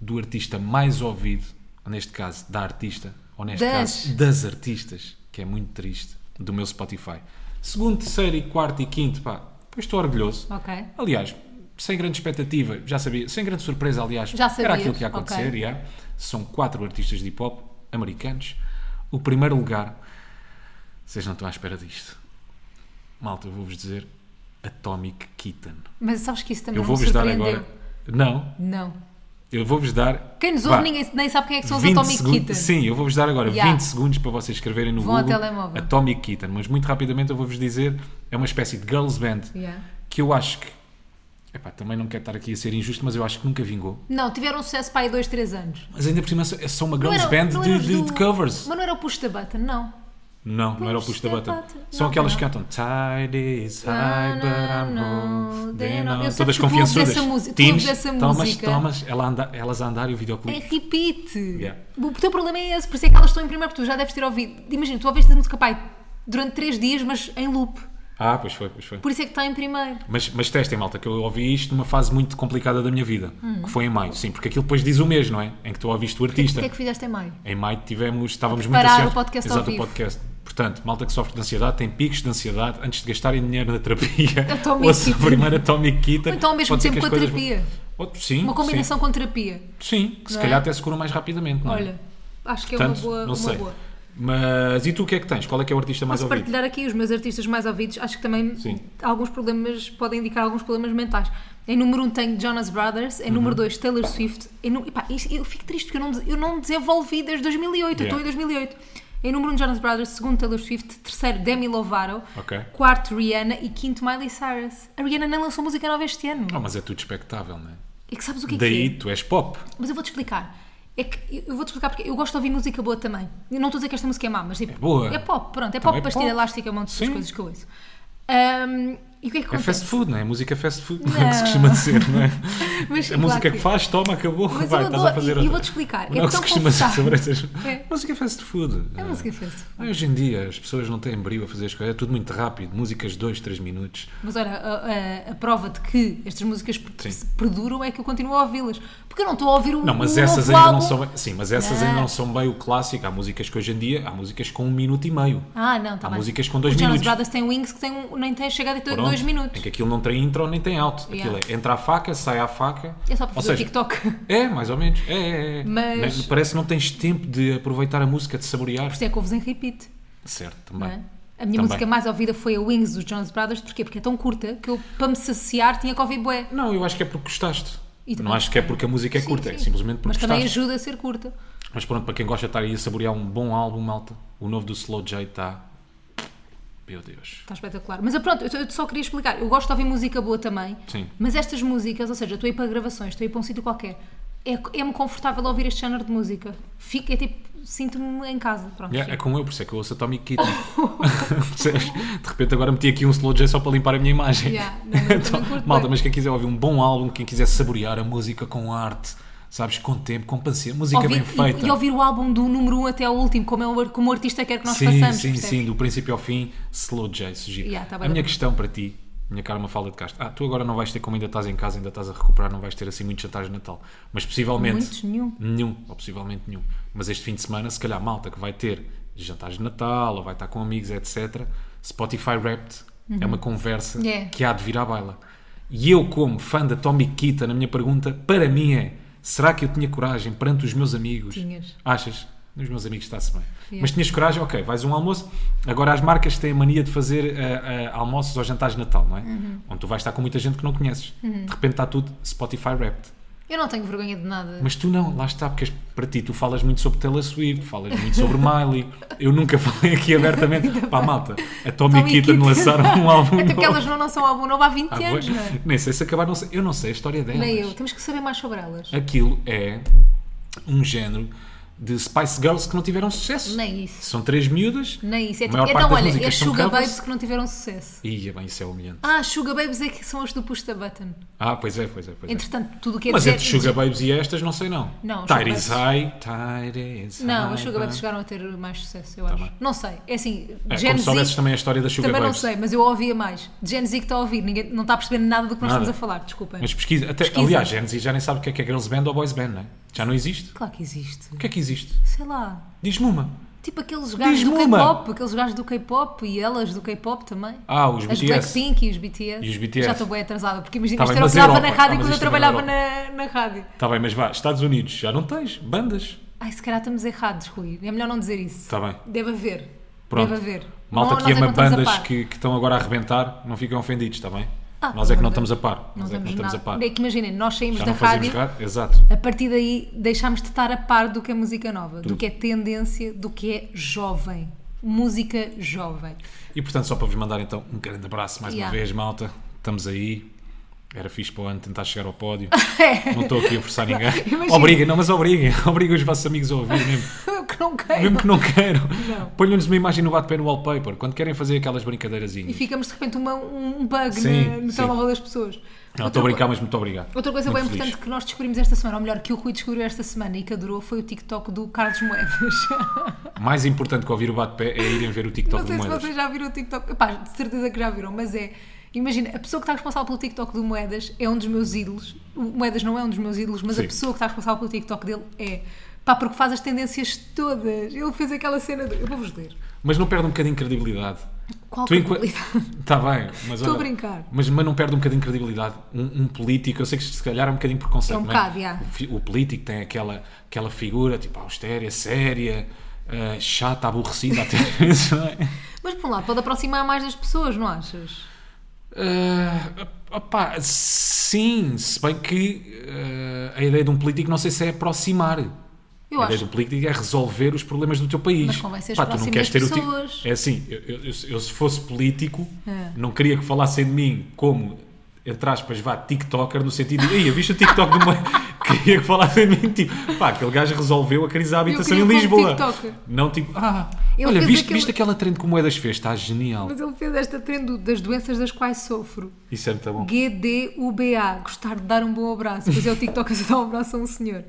S2: do artista mais ouvido, ou neste caso, da artista, ou neste
S1: Das.
S2: caso, das artistas, que é muito triste, do meu Spotify. Segundo, terceiro e quarto e quinto, pá, pois estou orgulhoso.
S1: Ok?
S2: Aliás, sem grande expectativa, já sabia, sem grande surpresa, aliás,
S1: Já sabias,
S2: era aquilo que ia acontecer,
S1: ok.
S2: já. São quatro artistas de hip hop americanos. O primeiro lugar, vocês não estão à espera disto. Malta, eu vou-vos dizer Atomic Kitten.
S1: Mas sabes que isso também não
S2: Eu
S1: me
S2: vou-vos dar
S1: surpreendeu.
S2: agora. Não,
S1: Não.
S2: eu vou-vos dar.
S1: Quem nos
S2: Vá.
S1: ouve ninguém, nem sabe quem é que são os
S2: 20
S1: Atomic
S2: segundos-
S1: Kitten.
S2: Sim, eu vou-vos dar agora
S1: Yeah.
S2: 20 segundos para vocês escreverem no
S1: Vão ao
S2: Google
S1: telemóvel.
S2: Atomic Kitten, mas muito rapidamente eu vou-vos dizer, é uma espécie de girls band
S1: Yeah.
S2: que eu acho que Epá, também não quero estar aqui a ser injusto, mas eu acho que nunca vingou.
S1: Não, tiveram um sucesso para aí dois, três anos.
S2: Mas ainda por cima é só uma
S1: Não
S2: girls
S1: era-
S2: band
S1: não
S2: de,
S1: era os
S2: de,
S1: do-
S2: de covers.
S1: Mas não era o push da button, não.
S2: Não, não era o
S1: Push
S2: push da
S1: the
S2: button.
S1: button.
S2: São
S1: Não,
S2: aquelas
S1: não.
S2: que cantam Tide is high, but I'm old. They
S1: Eu
S2: know.
S1: sei que
S2: Todas
S1: tu ouves
S2: confiançudas.
S1: essa música- tu
S2: Teens,
S1: ouves essa
S2: Thomas,
S1: música.
S2: Thomas, ela anda- elas a andar e o
S1: É
S2: videoclipe.
S1: repeat.
S2: Yeah.
S1: O teu problema é esse, por isso é que elas estão em primeiro, porque tu já deves ter ouvido. Imagina, tu ouviste a música pai durante três dias, mas em loop.
S2: Ah, pois foi, pois foi.
S1: Por isso é que está em primeiro.
S2: Mas, mas testem, malta, que eu ouvi isto numa fase muito complicada da minha vida, que foi em maio, sim, porque aquilo depois diz o mês, não é? Em que tu ouviste o
S1: O
S2: artista.
S1: que Hum. é que fizeste em maio?
S2: Em maio tivemos, estávamos muito
S1: preparar
S2: ansiosos.
S1: o podcast ao
S2: Exato, o
S1: vivo.
S2: podcast. Portanto, malta que sofre de ansiedade, tem picos de ansiedade, antes de gastarem dinheiro na terapia,
S1: Atomic
S2: ouça a
S1: Kitten.
S2: primeira Atomic Kitten.
S1: Ou então ao mesmo
S2: Pode ser
S1: tempo
S2: que as
S1: com a
S2: coisas-
S1: terapia.
S2: Outro- sim,
S1: Uma combinação com terapia.
S2: Sim, sim que se
S1: não é?
S2: calhar até se cura mais rapidamente, não é?
S1: Olha, acho que é
S2: Portanto,
S1: uma boa.
S2: não
S1: uma
S2: sei.
S1: boa.
S2: Mas e tu o que é que tens? Qual é que é o artista mais
S1: Posso
S2: ouvido?
S1: partilhar aqui os meus artistas mais ouvidos. Acho que também
S2: Sim.
S1: alguns problemas podem indicar alguns problemas mentais. Em número 1 um tenho Jonas Brothers, em
S2: Uhum.
S1: número 2 Taylor Swift. Em nu- epá, isto- eu fico triste porque eu não, eu não desenvolvi desde 2008, eu
S2: Yeah.
S1: estou em 2008. Em número 1 um, Jonas Brothers, segundo Taylor Swift, terceiro Demi Lovato,
S2: Ok.
S1: quarto Rihanna e quinto Miley Cyrus. A Rihanna nem lançou música nova este ano.
S2: Ah, mas é tudo expectável, não é?
S1: É que sabes o que é
S2: Daí
S1: que é?
S2: tu és pop.
S1: Mas eu vou-te explicar. É que eu vou-te explicar porque eu gosto de ouvir música boa também. Eu não estou a dizer que esta música é má, mas tipo,
S2: É boa.
S1: É pop, pronto, é
S2: Também
S1: pop,
S2: é
S1: pastilha
S2: pop.
S1: elástica, um monte de
S2: Sim.
S1: coisas que eu ouço. Ahm, e o que é que
S2: É
S1: acontece?
S2: fast food, não é? Música fast food,
S1: Não.
S2: se costuma dizer, não é?
S1: Mas,
S2: A música é
S1: claro
S2: que faz, toma, acabou,
S1: Mas
S2: vai,
S1: eu
S2: estás
S1: adoro,
S2: a fazer
S1: e- e
S2: outra.
S1: vou-te explicar,
S2: Não
S1: é
S2: é o
S1: tão
S2: que se costuma dizer sobre
S1: confortável.
S2: essas.
S1: É.
S2: Música fast food.
S1: É música fast food.
S2: Hoje em dia as pessoas não têm brilho a fazer as coisas, é tudo muito rápido, músicas 2, 3 minutos.
S1: Mas olha, a, a- a prova de que estas músicas per-
S2: Sim.
S1: perduram é que eu continuo a ouvi-las. Porque eu não estou a ouvir o
S2: Não, mas
S1: o
S2: essas
S1: novo
S2: ainda
S1: álbum.
S2: não são bem, sim, mas essas
S1: Não.
S2: ainda não são bem o clássico. Há músicas que hoje em dia, há músicas com um minuto e meio.
S1: Ah, não, tá
S2: Há
S1: bem.
S2: músicas com dois
S1: o Jonas
S2: minutos.
S1: Brothers tem Wings que tem um- nem tem chegada em
S2: Pronto,
S1: dois minutos.
S2: Em que é aquilo não tem intro nem tem out. Aquilo
S1: Yeah.
S2: é entra a faca, sai a faca.
S1: É só para
S2: Ou
S1: fazer o
S2: seja,
S1: TikTok.
S2: É, mais ou menos. É, é, é.
S1: Mas-
S2: Nem- Parece que não tens tempo de aproveitar a música, de saborear.
S1: Por isso é que ouves em repeat.
S2: Certo,
S1: não
S2: também.
S1: é? A minha
S2: Também.
S1: música mais ouvida foi a Wings dos Jonas Brothers, porquê? Porque é tão curta que eu, para me saciar, tinha que ouvir bué.
S2: Não, eu acho que é porque gostaste.
S1: E também
S2: Não acho que é
S1: gostei.
S2: porque a música é
S1: Sim,
S2: curta, é
S1: sim.
S2: simplesmente porque
S1: Mas também
S2: gostaste.
S1: ajuda a ser curta.
S2: Mas pronto, para quem gosta de estar aí a saborear um bom álbum, malta, o novo do Slow J está. Meu Deus.
S1: Está espetacular. Mas ah, pronto, eu eu só queria explicar. Eu gosto de ouvir música boa também,
S2: Sim.
S1: mas estas músicas, ou seja, eu estou a ir para gravações, estou a ir para um sítio qualquer, é- é-me confortável ouvir este género de música. Fico, é tipo, sinto-me em casa. Pronto,
S2: Yeah, é
S1: fico.
S2: como eu, por isso é que eu ouço Atomic Kitten. Percebes? de repente agora meti aqui um Slow J só para limpar a minha imagem.
S1: Yeah, não, não,
S2: Então,
S1: também curto
S2: malta,
S1: bem.
S2: mas quem quiser ouvir um bom álbum, quem quiser saborear a música com arte, sabes, com tempo, com paciência, música
S1: Ouvir-
S2: bem feita.
S1: e, e ouvir o álbum do número 1 um até ao último, como, é o, ar- como o artista quer que nós
S2: sim,
S1: façamos.
S2: sim,
S1: percebes?
S2: sim, do princípio ao fim, slow J, sugiro.
S1: Yeah, tá bem,
S2: a minha
S1: tá bem.
S2: questão para ti, minha cara uma fala de castro. Ah, tu agora não vais ter, como ainda estás em casa, ainda estás a recuperar, não vais ter assim muitos jantares de Natal. Mas possivelmente.
S1: Muitos? Nenhum.
S2: Nenhum, ou possivelmente nenhum. Mas este fim de semana, se calhar, malta que vai ter jantares de Natal, ou vai estar com amigos, etc. Spotify Wrapped
S1: Uhum.
S2: é uma conversa
S1: Yeah.
S2: que há de vir à baila. E eu, como fã da Tommy Kita, na minha pergunta, para mim é: será que eu tinha coragem perante os meus amigos?
S1: Tinhas.
S2: Achas? Nos meus amigos está-se bem.
S1: Yeah.
S2: Mas tinhas coragem, ok, vais a um almoço. Agora as marcas têm a mania de fazer ah, ah, almoços ou jantares de Natal, não é?
S1: Uhum.
S2: Onde tu vais estar com muita gente que não conheces. De repente está tudo Spotify Wrapped.
S1: Eu não tenho vergonha de nada.
S2: Mas tu não, lá está, porque para ti tu falas muito sobre Taylor Swift, falas muito sobre Miley. Eu nunca falei aqui abertamente. Pá, malta, a Tommy,
S1: Tommy É
S2: Kitten
S1: Kitten.
S2: lançaram um álbum
S1: Até porque
S2: novo.
S1: elas não lançam álbum novo há 20
S2: Ah,
S1: anos,
S2: pois,
S1: não é?
S2: nem sei se acabaram, não sei- eu não sei a história delas.
S1: Nem eu. Temos que saber mais sobre elas.
S2: Aquilo é um género de Spice Girls que não tiveram sucesso.
S1: Nem isso.
S2: São três miúdas.
S1: Nem isso. É
S2: A
S1: tipo,
S2: maior
S1: é,
S2: parte
S1: não,
S2: das
S1: olha, é
S2: músicas são
S1: Sugar
S2: covers.
S1: Babes que não tiveram sucesso.
S2: Ia bem, isso é humilhante.
S1: Ah, Sugar Babes é que são as do Push the Button.
S2: Ah, pois é, pois é, pois é.
S1: Entretanto, tudo o que é
S2: Mas
S1: dizer-
S2: entre Sugar Babes e estas, não sei não.
S1: Não, os Sugar
S2: Tyrese High, Tyrese
S1: Não,
S2: High,
S1: as Sugar Babes
S2: High.
S1: chegaram a ter mais sucesso, eu acho.
S2: então é. Tá bem.
S1: Não sei. É assim,
S2: É,
S1: Gen
S2: como soubesses
S1: Z...
S2: também a história das Sugar
S1: Também não
S2: Babes.
S1: sei, mas eu ouvia mais. Gen Z que está a ouvir, ninguém não está a perceber nada do que nós
S2: Nada.
S1: estamos a falar, desculpem.
S2: Mas pesquisa, até,
S1: Pesquisa.
S2: aliás, Gen Z já nem sabe o que é que é girls band ou boys band, não é? Já não existe.
S1: Claro que existe.
S2: O que é que existe?
S1: Sei lá.
S2: Diz-me uma.
S1: Tipo aqueles gajos do
S2: Diz-me uma.
S1: K-pop, aqueles gajos do K-pop e elas do K-pop também.
S2: Ah, os
S1: As
S2: BTS.
S1: Blackpink e os BTS.
S2: E os BTS.
S1: Já estou bem atrasada, porque imagina,
S2: Tá
S1: isto
S2: bem,
S1: era o
S2: mas
S1: que dava
S2: Europa.
S1: na
S2: Ah,
S1: rádio
S2: mas
S1: quando eu
S2: isto também
S1: trabalhava
S2: na
S1: na, na rádio.
S2: Está Tá bem, mas vá, Estados Unidos, já não tens bandas.
S1: Ai, se calhar estamos errados, Rui. É melhor não dizer isso.
S2: Está bem.
S1: Deve haver.
S2: Pronto.
S1: Deve haver.
S2: Malta
S1: Não,
S2: que
S1: nós é
S2: ama
S1: não estamos a
S2: bandas
S1: par.
S2: que, que estão agora a arrebentar, não ficam ofendidos, está bem?
S1: Ah,
S2: nós é que não
S1: pelo
S2: estamos a par.
S1: Não
S2: Nós é que
S1: estamos
S2: não estamos
S1: nada.
S2: a par.
S1: É que imaginem, nós saímos
S2: Já
S1: da
S2: não fazemos
S1: rádio,
S2: rádio. Exato.
S1: a partir daí deixámos de estar a par do que é música nova, do que é tendência, do que é jovem. Música jovem.
S2: E portanto, só para vos mandar então um grande abraço mais
S1: Yeah.
S2: uma vez, malta. Estamos aí. Era fixe para o ano tentar chegar ao pódio.
S1: É.
S2: Não estou aqui a forçar ninguém.
S1: Imagina.
S2: Obriguem, não, mas obriguem. Obriguem os vossos amigos a ouvir mesmo.
S1: Eu que não quero.
S2: É Mesmo que não queiram.
S1: Não.
S2: Ponham-nos uma imagem no bate-pé no wallpaper. Quando querem fazer aquelas brincadeirazinhas.
S1: E ficamos de repente uma- um bug
S2: Sim,
S1: na- no
S2: sim.
S1: telemóvel das pessoas.
S2: Não,
S1: Outra
S2: estou a brincar,
S1: co-
S2: mas muito obrigado.
S1: Outra coisa
S2: Muito
S1: bem
S2: feliz.
S1: importante que nós descobrimos esta semana, ou melhor, que o Rui descobriu esta semana e que adorou, foi o TikTok do Carlos Moedas.
S2: Mais importante que ouvir o bate-pé é irem ver o TikTok
S1: Não
S2: do
S1: sei se
S2: Moedas.
S1: vocês já viram o TikTok. Epá, de certeza que já viram, mas é. Imagina, a pessoa que está responsável pelo TikTok do Moedas é um dos meus ídolos. O Moedas não é um dos meus ídolos, mas
S2: Sim.
S1: a pessoa que está responsável pelo TikTok dele é. Pá, porque faz as tendências todas. Ele fez aquela cena. Do... Eu vou-vos ler.
S2: Mas não perde um bocadinho de credibilidade.
S1: Qual
S2: Tu enqua-
S1: probabilidade?
S2: Tá bem, mas
S1: Estou a
S2: olha-
S1: brincar.
S2: Mas, mas não perde um bocadinho de credibilidade. Um, um político, eu sei que se calhar é um bocadinho preconceito.
S1: É um
S2: não é?
S1: bocado, já.
S2: o, fi- o político tem aquela, aquela figura tipo austéria, séria, ah, chata, aborrecida até. vezes, não é?
S1: Mas por um lado, pode aproximar mais das pessoas, não achas?
S2: Ah, opá, sim, se bem que ah, a ideia de um político não sei se é aproximar.
S1: Eu
S2: a
S1: acho.
S2: ideia de um político é resolver os problemas do teu país.
S1: Mas convém seres
S2: Pá, tu não
S1: próximo
S2: queres
S1: das
S2: ter o ti-
S1: pessoas.
S2: É assim, eu, eu- eu- eu se fosse político,
S1: É.
S2: não queria que falassem de mim como, entre aspas, vá, TikToker, no sentido de, ei, viste o TikTok de uma. queria que falassem de mim, tipo, pá, aquele gajo resolveu a crise da habitação em
S1: queria um como
S2: Lisboa.
S1: TikToker.
S2: Não tipo, ah,
S1: Ele
S2: olha,
S1: fez
S2: viste,
S1: aquele-
S2: viste aquela trend que o Moedas fez, está genial.
S1: Mas ele fez esta trend do- das doenças das quais sofro.
S2: Isso é muito bom.
S1: GDUBA, gostar de dar um bom abraço. Pois é o TikTok a dar um abraço a um senhor.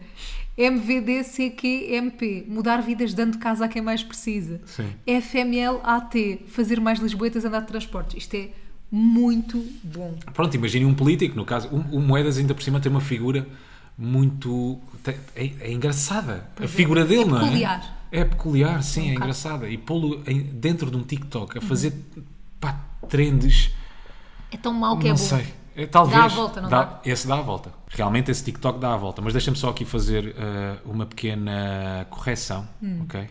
S1: MVDCQMP, mudar vidas dando casa a quem mais precisa.
S2: Sim.
S1: FMLAT, fazer mais lisboetas andar de transportes. Isto é muito bom.
S2: Pronto, imagine um político, no caso, o, o Moedas ainda por cima tem uma figura muito. tem- é, é engraçada. a figura dele, não é?
S1: peculiar. um
S2: É peculiar, sim, é engraçada. E pô-lo em- dentro de um TikTok a
S1: Uhum.
S2: fazer pá, trendes.
S1: É tão mau que
S2: não
S1: é bom.
S2: sei. É, talvez.
S1: Dá a volta, não dá?
S2: Esse dá a volta. Realmente esse TikTok dá a volta. Mas deixa-me só aqui fazer eh, uma pequena correção,
S1: Hum.
S2: ok?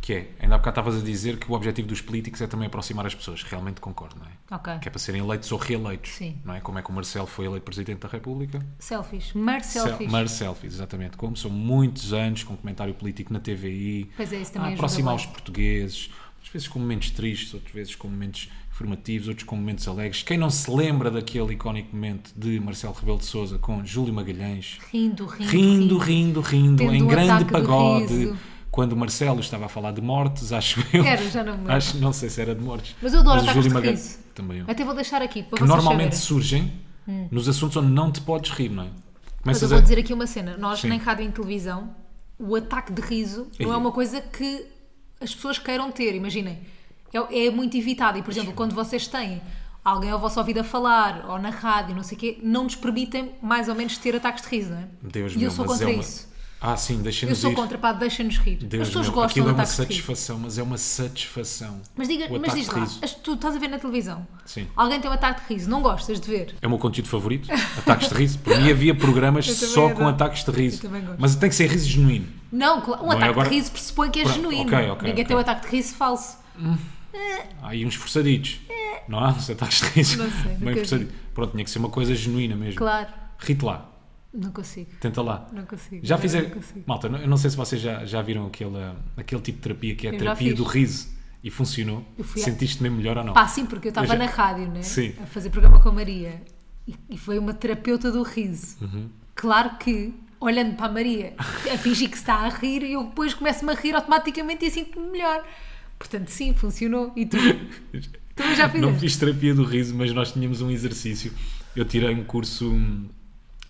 S2: Que é, ainda há bocado estavas a dizer que o objetivo dos políticos é também aproximar as pessoas. Realmente concordo, não é?
S1: Ok.
S2: Que é para serem eleitos ou reeleitos.
S1: Sim.
S2: Não é? Como é que o Marcelo foi eleito Presidente da República?
S1: Selfies. Mar selfies.
S2: Mar selfies, exatamente. Como são muitos anos com comentário político na TVI.
S1: Pois é, isso também
S2: a
S1: ajuda
S2: aproximar
S1: bem.
S2: os portugueses. Às vezes com momentos tristes, outras vezes com momentos informativos, outros com momentos alegres. Quem não se lembra daquele icónico momento de Marcelo Rebelo de Sousa com Júlio Magalhães?
S1: Rindo, rindo,
S2: Rindo,
S1: rindo.
S2: rindo, rindo,
S1: Tendo
S2: em
S1: um
S2: grande
S1: ataque do
S2: pagode.
S1: riso.
S2: Quando Marcelo estava a falar de mortes, acho eu.
S1: Era, já não me lembro.
S2: Acho, não sei se era de mortes.
S1: Mas eu adoro
S2: o
S1: ataques
S2: Júlio
S1: de
S2: Magalhães-
S1: riso.
S2: Também eu
S1: Até vou deixar aqui para
S2: que
S1: vocês
S2: normalmente
S1: saberem.
S2: surgem nos assuntos onde não te podes rir, não é?
S1: Mas eu
S2: Começas
S1: vou
S2: a...
S1: dizer aqui uma cena. Nós,
S2: Sim.
S1: nem rádio nem televisão, o ataque de riso não
S2: Ei.
S1: é uma coisa que as pessoas queiram ter, imaginem. É, é muito evitado. E, por exemplo, quando vocês têm alguém ao vosso ouvido a falar, ou na rádio, não sei o quê, não nos permitem, mais ou menos, ter ataques de riso, não é?
S2: Deus
S1: e
S2: meu,
S1: eu sou
S2: mas
S1: contra
S2: é uma-
S1: isso.
S2: Ah, sim,
S1: Eu
S2: deixa-nos
S1: sou
S2: ir.
S1: contra, pá, deixem-nos rir.
S2: Deus
S1: as pessoas
S2: meu,
S1: gostam
S2: aquilo
S1: de
S2: é uma
S1: ataques de riso.
S2: satisfação, mas é uma satisfação.
S1: Mas, diga,
S2: O
S1: mas
S2: ataque
S1: diz
S2: de
S1: lá,
S2: riso.
S1: as- tu estás a ver na televisão,
S2: Sim.
S1: alguém tem um ataque de riso, não gostas de ver,
S2: É o meu conteúdo favorito, ataques de riso. Por mim havia programas
S1: Eu também
S2: só com
S1: adoro.
S2: ataques de riso.
S1: Eu também gosto.
S2: Mas tem que ser riso genuíno.
S1: Não, claro, um
S2: Não é
S1: ataque
S2: agora-
S1: de riso pressupõe que é
S2: Pronto,
S1: genuíno.
S2: ok, ok,
S1: Ninguém
S2: ok.
S1: tem um ataque de riso falso.
S2: Há aí uns forçaditos. Não há uns ataques de riso.
S1: É. Não sei,
S2: Bem
S1: nunca vi.
S2: forçadinho. Pronto, tinha que ser uma coisa genuína mesmo.
S1: Claro,
S2: Rite lá,
S1: não consigo,
S2: tenta lá.
S1: não consigo.
S2: Já
S1: não, é?
S2: fiz a...
S1: não consigo.
S2: Malta, não- eu não sei se vocês já, já viram aquele, aquele tipo de terapia que é a
S1: Eu já
S2: terapia
S1: fiz.
S2: do riso e funcionou.
S1: Eu fui a-
S2: Sentiste mesmo melhor ou não?
S1: Pá, sim, porque eu estava
S2: Eu já-
S1: na rádio, né?
S2: Sim.
S1: A fazer programa com a Maria. E, e foi uma terapeuta do riso.
S2: Uhum.
S1: Claro que, olhando para a Maria, a fingir que se está a rir e eu depois começo-me a rir automaticamente e sinto-me melhor. Portanto, sim, funcionou. E tu? tu já
S2: não
S1: fizeste?
S2: fiz terapia do riso, mas nós tínhamos um exercício. Eu tirei um curso hum,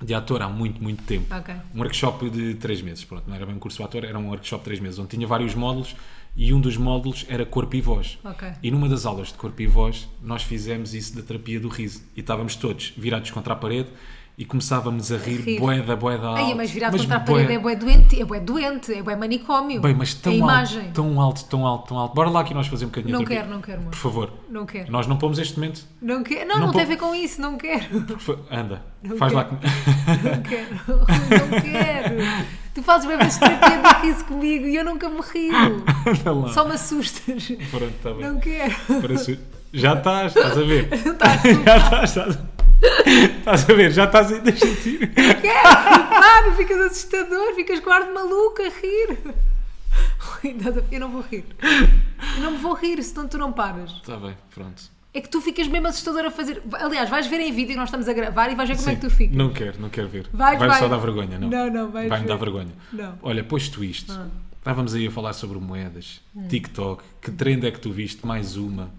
S2: de ator há muito, muito tempo.
S1: Ok.
S2: Um workshop de três meses, pronto, não era bem um curso de ator, era um workshop de três meses, onde tinha vários módulos e um dos módulos era corpo e voz.
S1: Ok.
S2: E numa das aulas de corpo e voz, nós fizemos isso da terapia do riso. E estávamos todos virados contra a parede e começávamos a rir,
S1: rir.
S2: boeda, boeda
S1: Aí, mas virar contra a
S2: bué-
S1: parede é bué doente, é bué doente, é bué manicômio.
S2: Bem, mas tão
S1: é imagem.
S2: alto, tão alto, tão alto, tão alto. Bora lá que nós fazer um bocadinho
S1: Não
S2: de terapia.
S1: quero, não quero, amor.
S2: Por favor.
S1: Não quero.
S2: Nós não pomos este momento.
S1: Não, quero. não,
S2: Não
S1: não, tem a
S2: po-
S1: ver com isso, não quero.
S2: Porque foi- Anda,
S1: Não
S2: faz
S1: quero.
S2: lá. que-
S1: Não quero, não quero. Tu fazes bem vezes terapia de riso comigo e eu nunca me rio.
S2: Anda lá.
S1: Só me assustas.
S2: Pronto, está bem.
S1: Não quero.
S2: Parece- Já estás, estás a ver.
S1: Não tá, está a
S2: Já estás, estás a... estás a ver, já estás aí, deixa-te ir.
S1: Claro, ficas assustador, ficas com ar de maluco a rir. Rui, estás a- Eu não vou rir. Eu não me vou rir, senão tu não paras.
S2: Está Tá bem, pronto.
S1: É que tu ficas mesmo assustador a fazer. Aliás, vais ver em vídeo que nós estamos a gravar e vais ver como é que
S2: Sim.
S1: tu ficas.
S2: Não quero, não quero ver.
S1: Vais,
S2: Vai-me
S1: vai.
S2: só dar vergonha, não.
S1: Não, não, vais
S2: Vai-me dar
S1: ver. Ah.
S2: vergonha.
S1: Não.
S2: Olha, posto isto, estávamos aí a falar sobre moedas,
S1: Hum.
S2: TikTok, que trend é que tu viste? Mais uma.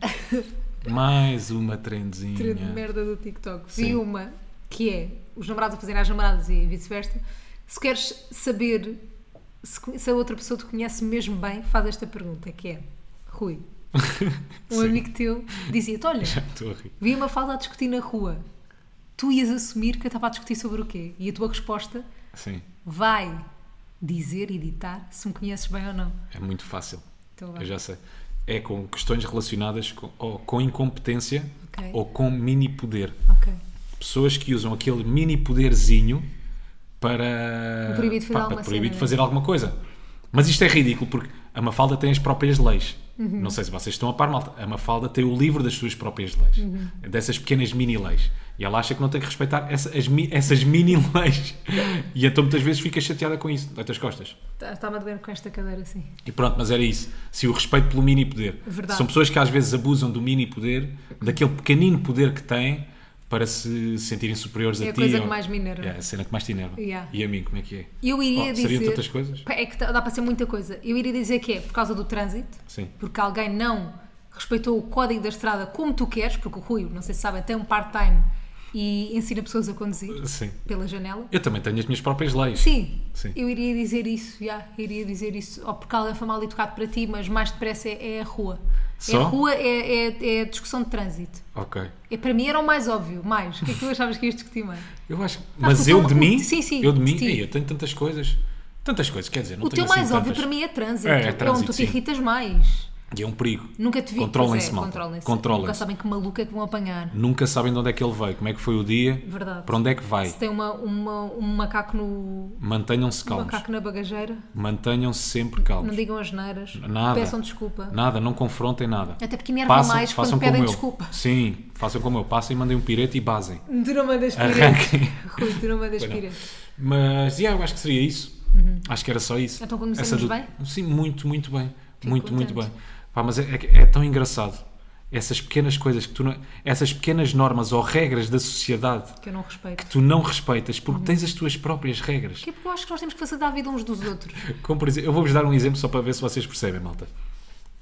S2: Mais uma trendzinha.
S1: Tira de merda do TikTok.
S2: é. Sim.
S1: Vi uma que é os namorados a fazerem às namoradas e vice-versa. Se queres saber se, co- se a outra pessoa te conhece mesmo bem, faz esta pergunta, que é Rui. Um
S2: Sim.
S1: amigo teu dizia-te: Olha,
S2: Já estou a rir.
S1: vi uma falda a discutir na rua. Tu ias assumir que eu estava a discutir sobre o quê? E a tua resposta
S2: Sim,
S1: vai dizer e ditar se me conheces bem ou não.
S2: é muito fácil.
S1: Então vai.
S2: Eu já sei. É com questões relacionadas com, ou com incompetência
S1: Ok.
S2: ou com mini poder.
S1: Ok.
S2: Pessoas que usam aquele mini poderzinho para,
S1: O proibido de fazer
S2: pá,
S1: alguma
S2: para proibir de
S1: cena,
S2: fazer alguma coisa. Mas isto é ridículo porque a Mafalda tem as próprias leis.
S1: Uhum.
S2: Não sei se vocês estão a par, malta. A Mafalda tem o livro das suas próprias leis,
S1: Uhum.
S2: dessas pequenas mini leis. E ela acha que não tem que respeitar essa- as mi- essas mini leis. e então muitas vezes fica chateada com isso. Dói-te as costas.
S1: Tá- Está-me a doer com esta cadeira assim.
S2: E pronto, mas era isso. Se o respeito pelo mini poder.
S1: Verdade.
S2: São pessoas que às vezes abusam do mini poder, daquele pequenino poder que têm para se sentirem superiores
S1: É
S2: a
S1: a
S2: ti.
S1: coisa
S2: ou-
S1: que mais me enerva.
S2: É a cena que mais te enerva.
S1: Yeah.
S2: E a mim, como é que é?
S1: Eu iria
S2: Oh,
S1: dizer.
S2: Seriam tantas coisas?
S1: É que dá para ser muita coisa. Eu iria dizer que é por causa do trânsito,
S2: Sim.
S1: porque alguém não respeitou o código da estrada como tu queres, porque o Rui, não sei se sabem, tem um part-time e ensina pessoas a conduzir
S2: Uh, Sim.
S1: pela janela.
S2: Eu também tenho as minhas próprias leis.
S1: Sim,
S2: Sim.
S1: eu iria dizer isso, já, iria dizer isso. Ou porque alguém foi mal educado para ti, mas mais depressa é, é a rua. É
S2: Só?
S1: a rua, é, é, é a discussão de trânsito.
S2: Ok.
S1: É, para mim era o mais óbvio, mais. O que é que tu achavas que ias discutir mais?
S2: Eu acho. Mas
S1: Ah, o
S2: eu
S1: teu-
S2: de
S1: o-
S2: mim.
S1: sim, sim,
S2: Eu de mim.
S1: sim.
S2: ei, eu tenho tantas coisas. Tantas coisas, quer dizer, não
S1: o teu
S2: tenho assim
S1: mais óbvio
S2: tantas.
S1: para mim é trânsito.
S2: É, é
S1: onde
S2: trânsito,
S1: tu te
S2: sim.
S1: irritas mais.
S2: E é um perigo.
S1: Nunca te vi.
S2: Controlem-se,
S1: pois é,
S2: malta.
S1: Controlem-se.
S2: Controlem-se.
S1: Nunca sabem que maluca é que vão apanhar.
S2: Nunca sabem de onde é que ele veio, como é que foi o dia,
S1: Verdade.
S2: para onde é que vai.
S1: Se tem uma, uma- um macaco no.
S2: Mantenham-se
S1: Um
S2: calmos.
S1: macaco na bagageira.
S2: Mantenham-se sempre calmos.
S1: Não digam as neiras.
S2: Nada.
S1: Peçam desculpa.
S2: Nada, não confrontem nada.
S1: Até porque enerva mais quando
S2: façam como
S1: pedem
S2: eu.
S1: desculpa.
S2: Sim, façam como eu. Passem, mandem um pirete e basem.
S1: Tu não mandas
S2: Arranquem.
S1: Um pirete. Rui, tu não mandas
S2: Pois não.
S1: pirete.
S2: Mas, yeah, eu acho que seria isso. Acho que era só isso.
S1: Uhum. Então começamos
S2: Essa do-
S1: bem?
S2: Sim, muito, muito bem. muito,
S1: contente.
S2: muito bem. Pá, mas é, é que é tão engraçado. Essas pequenas coisas que tu não... Essas pequenas normas ou regras da sociedade
S1: Que eu não respeito.
S2: que tu não respeitas
S1: Uhum.
S2: porque tens as tuas próprias regras.
S1: Que é porque eu acho que nós temos que facilitar a vida uns dos outros.
S2: Como por exemplo, eu vou-vos dar um exemplo só para ver se vocês percebem, malta.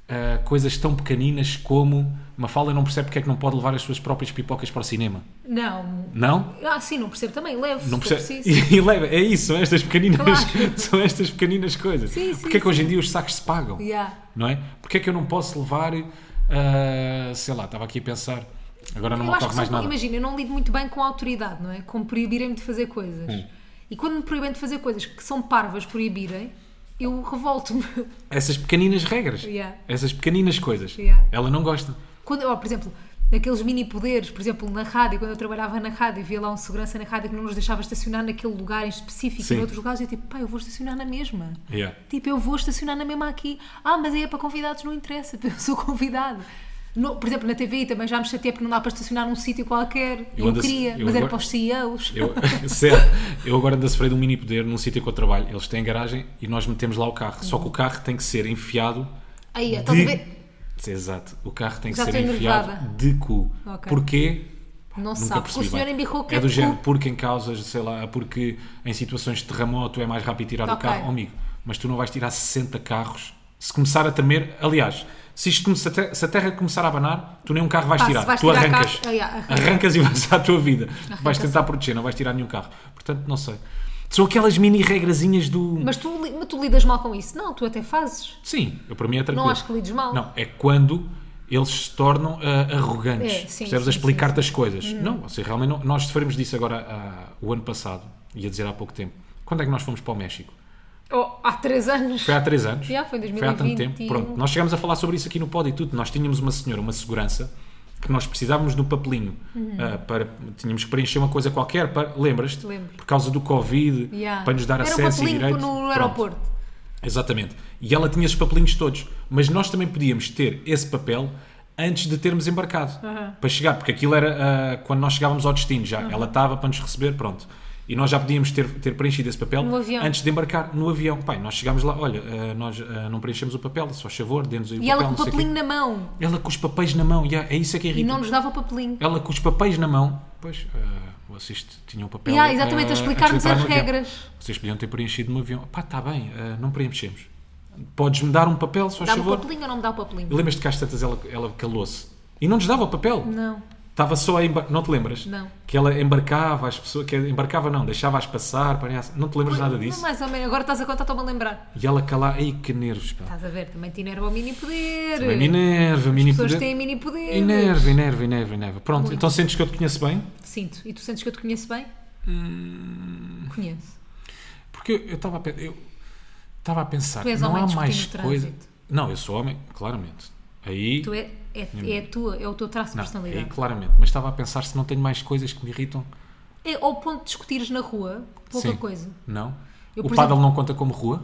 S2: Ah, coisas tão pequeninas como Mafalda não percebe porque é que não pode levar as suas próprias pipocas para o cinema.
S1: Não.
S2: Não?
S1: Ah, sim, não percebo também. Levo.
S2: Não
S1: se for
S2: percebe.
S1: preciso.
S2: E, e leva, é isso, são estas pequeninas,
S1: Claro.
S2: são estas pequeninas coisas.
S1: Sim, sim,
S2: porque é que hoje em dia os sacos se pagam?
S1: Yeah.
S2: Não é? Porque é que eu não posso levar, ah, sei lá, estava aqui a pensar, agora não
S1: Eu
S2: me
S1: acho que
S2: ocorre mais
S1: são-
S2: nada.
S1: imagina, eu não lido muito bem com a autoridade, não é? Com proibirem-me de fazer coisas.
S2: Hum.
S1: E quando me proíbem de fazer coisas que são parvas proibirem, eu revolto-me.
S2: Essas pequeninas regras,
S1: Yeah.
S2: essas pequeninas coisas,
S1: Yeah.
S2: ela não gosta.
S1: Quando, ó, por exemplo, naqueles mini poderes, por exemplo, na rádio, quando eu trabalhava na rádio e via lá um segurança na rádio que não nos deixava estacionar naquele lugar em específico
S2: Sim.
S1: e noutros lugares, eu tipo, pá, eu vou estacionar na mesma.
S2: Yeah.
S1: Tipo, eu vou estacionar na mesma aqui. Ah, mas aí é para convidados, não interessa, eu sou convidado. No- por exemplo, na TV também já me chateei porque não dá para estacionar num sítio qualquer.
S2: Eu
S1: Eu,
S2: ando a-
S1: queria,
S2: eu
S1: mas era
S2: agora-
S1: para os CEOs.
S2: Eu, certo, eu agora ando a sofrer de um mini poder num sítio que eu trabalho. Eles têm garagem e nós metemos lá o carro. Só que o carro tem que ser enfiado.
S1: Aí, estás a ver?
S2: Exato. O carro tem que
S1: Já
S2: ser
S1: estou
S2: enfiado
S1: enervada.
S2: de cu.
S1: Ok.
S2: Porquê?
S1: Não se
S2: Nunca
S1: sabe. O
S2: percebi
S1: senhor
S2: bem.
S1: embirrou que
S2: É do
S1: de
S2: género,
S1: cu.
S2: porque em causas, sei lá, porque em situações de terremoto é mais rápido tirar o
S1: Ok.
S2: carro. Oh, amigo, mas tu não vais tirar 60 carros se começar a tremer. Aliás, se, isto, come- se a te- se a terra começar a abanar, tu nem um carro vais
S1: Pá, se
S2: tirar.
S1: vais
S2: tu
S1: tirar
S2: arrancas.
S1: carro- Ah, yeah, arranca.
S2: Arrancas e vais à tua vida. vais
S1: Arranca-se.
S2: tentar proteger, não vais tirar nenhum carro. Portanto, não sei. São aquelas mini regrazinhas do.
S1: Mas tu, li- mas tu lidas mal com isso? Não, tu até fazes.
S2: Sim, eu, para mim é tranquilo.
S1: Não acho que lides mal.
S2: Não, é quando eles se tornam ah, arrogantes.
S1: É, sim,
S2: percebes?
S1: sim, Hum.
S2: a explicar-te as coisas. Não, você realmente não. Nós sofremos disso agora ah, o ano passado, ia dizer há pouco tempo. Quando é que nós fomos para o México?
S1: Oh, há três anos.
S2: Foi há três anos.
S1: Já, foi em
S2: há tanto tempo.
S1: 2021.
S2: Pronto, nós chegámos a falar sobre isso aqui no pod e tudo. Nós tínhamos uma senhora, uma segurança, que nós precisávamos de um papelinho.
S1: Uhum.
S2: ah, para, tínhamos que preencher uma coisa qualquer. Para, lembras-te?
S1: Lembro.
S2: Por causa do Covid,
S1: Yeah.
S2: para nos dar
S1: Era um
S2: acesso e
S1: papelinho
S2: direito.
S1: no
S2: Pronto.
S1: aeroporto.
S2: Exatamente. E ela tinha esses papelinhos todos. Mas nós também podíamos ter esse papel antes de termos embarcado. Para chegar, porque aquilo era ah, quando nós chegávamos ao destino já. Ela estava para nos receber, pronto. E nós já podíamos ter, ter preenchido esse papel
S1: No avião.
S2: antes de embarcar no avião. Pai, nós chegámos lá, olha, eh, nós eh, não preenchemos o papel, só favor, dê-nos aí o
S1: E
S2: Um papel,
S1: ela com o
S2: não sei o quê.
S1: papelinho na mão.
S2: Ela com os papéis na mão, yeah, é isso é que
S1: E
S2: irrita.
S1: não nos dava o papelinho.
S2: Ela com os papéis na mão, pois, eh, vocês t- tinham o papel.
S1: Yeah, ah, exatamente, a
S2: eh, antes de
S1: explicar-nos
S2: entrar
S1: as
S2: no avião.
S1: regras.
S2: Vocês podiam ter preenchido no avião. Pá, está bem, eh, não preenchemos. Podes-me dar um papel, só
S1: Dá-me o
S2: favor.
S1: papelinho ou não me dá o papelinho?
S2: Lembras-te que às tantas ela, ela calou-se? E não nos dava o papel?
S1: Não.
S2: Estava só a embarcar. Não te lembras?
S1: Não.
S2: Que ela embarcava as pessoas. Que embarcava, não, deixava-as passar. Para... Não te lembras nada disso?
S1: Não, mais ou menos. Agora estás a contar, estou-me a lembrar.
S2: E ela calar. Ei, que nervos, pá.
S1: Estás a ver, também te enerva o mini poder.
S2: Bem, me enerva, me
S1: Tá As pessoas
S2: inenerva.
S1: têm mini poder.
S2: Inerva, inerva, inerva, inerva. Pronto, então sentes que eu te conheço bem?
S1: Sinto. E tu sentes que eu te conheço bem?
S2: Hum.
S1: Conheço.
S2: Porque eu- eu estava a, pe- eu estava a pensar.
S1: Tu és
S2: não
S1: homem
S2: há
S1: discutindo
S2: mais
S1: no
S2: coisa.
S1: trânsito.
S2: Não, eu sou homem, claramente. Aí.
S1: Tu é, é, é a tua, é o teu traço de
S2: Não, aí
S1: personalidade.
S2: claramente. Mas estava a pensar se não tenho mais coisas que me irritam.
S1: É ao ponto de discutires na rua, pouca
S2: Sim.
S1: coisa.
S2: Não.
S1: Eu,
S2: o
S1: por
S2: paddle não conta como rua,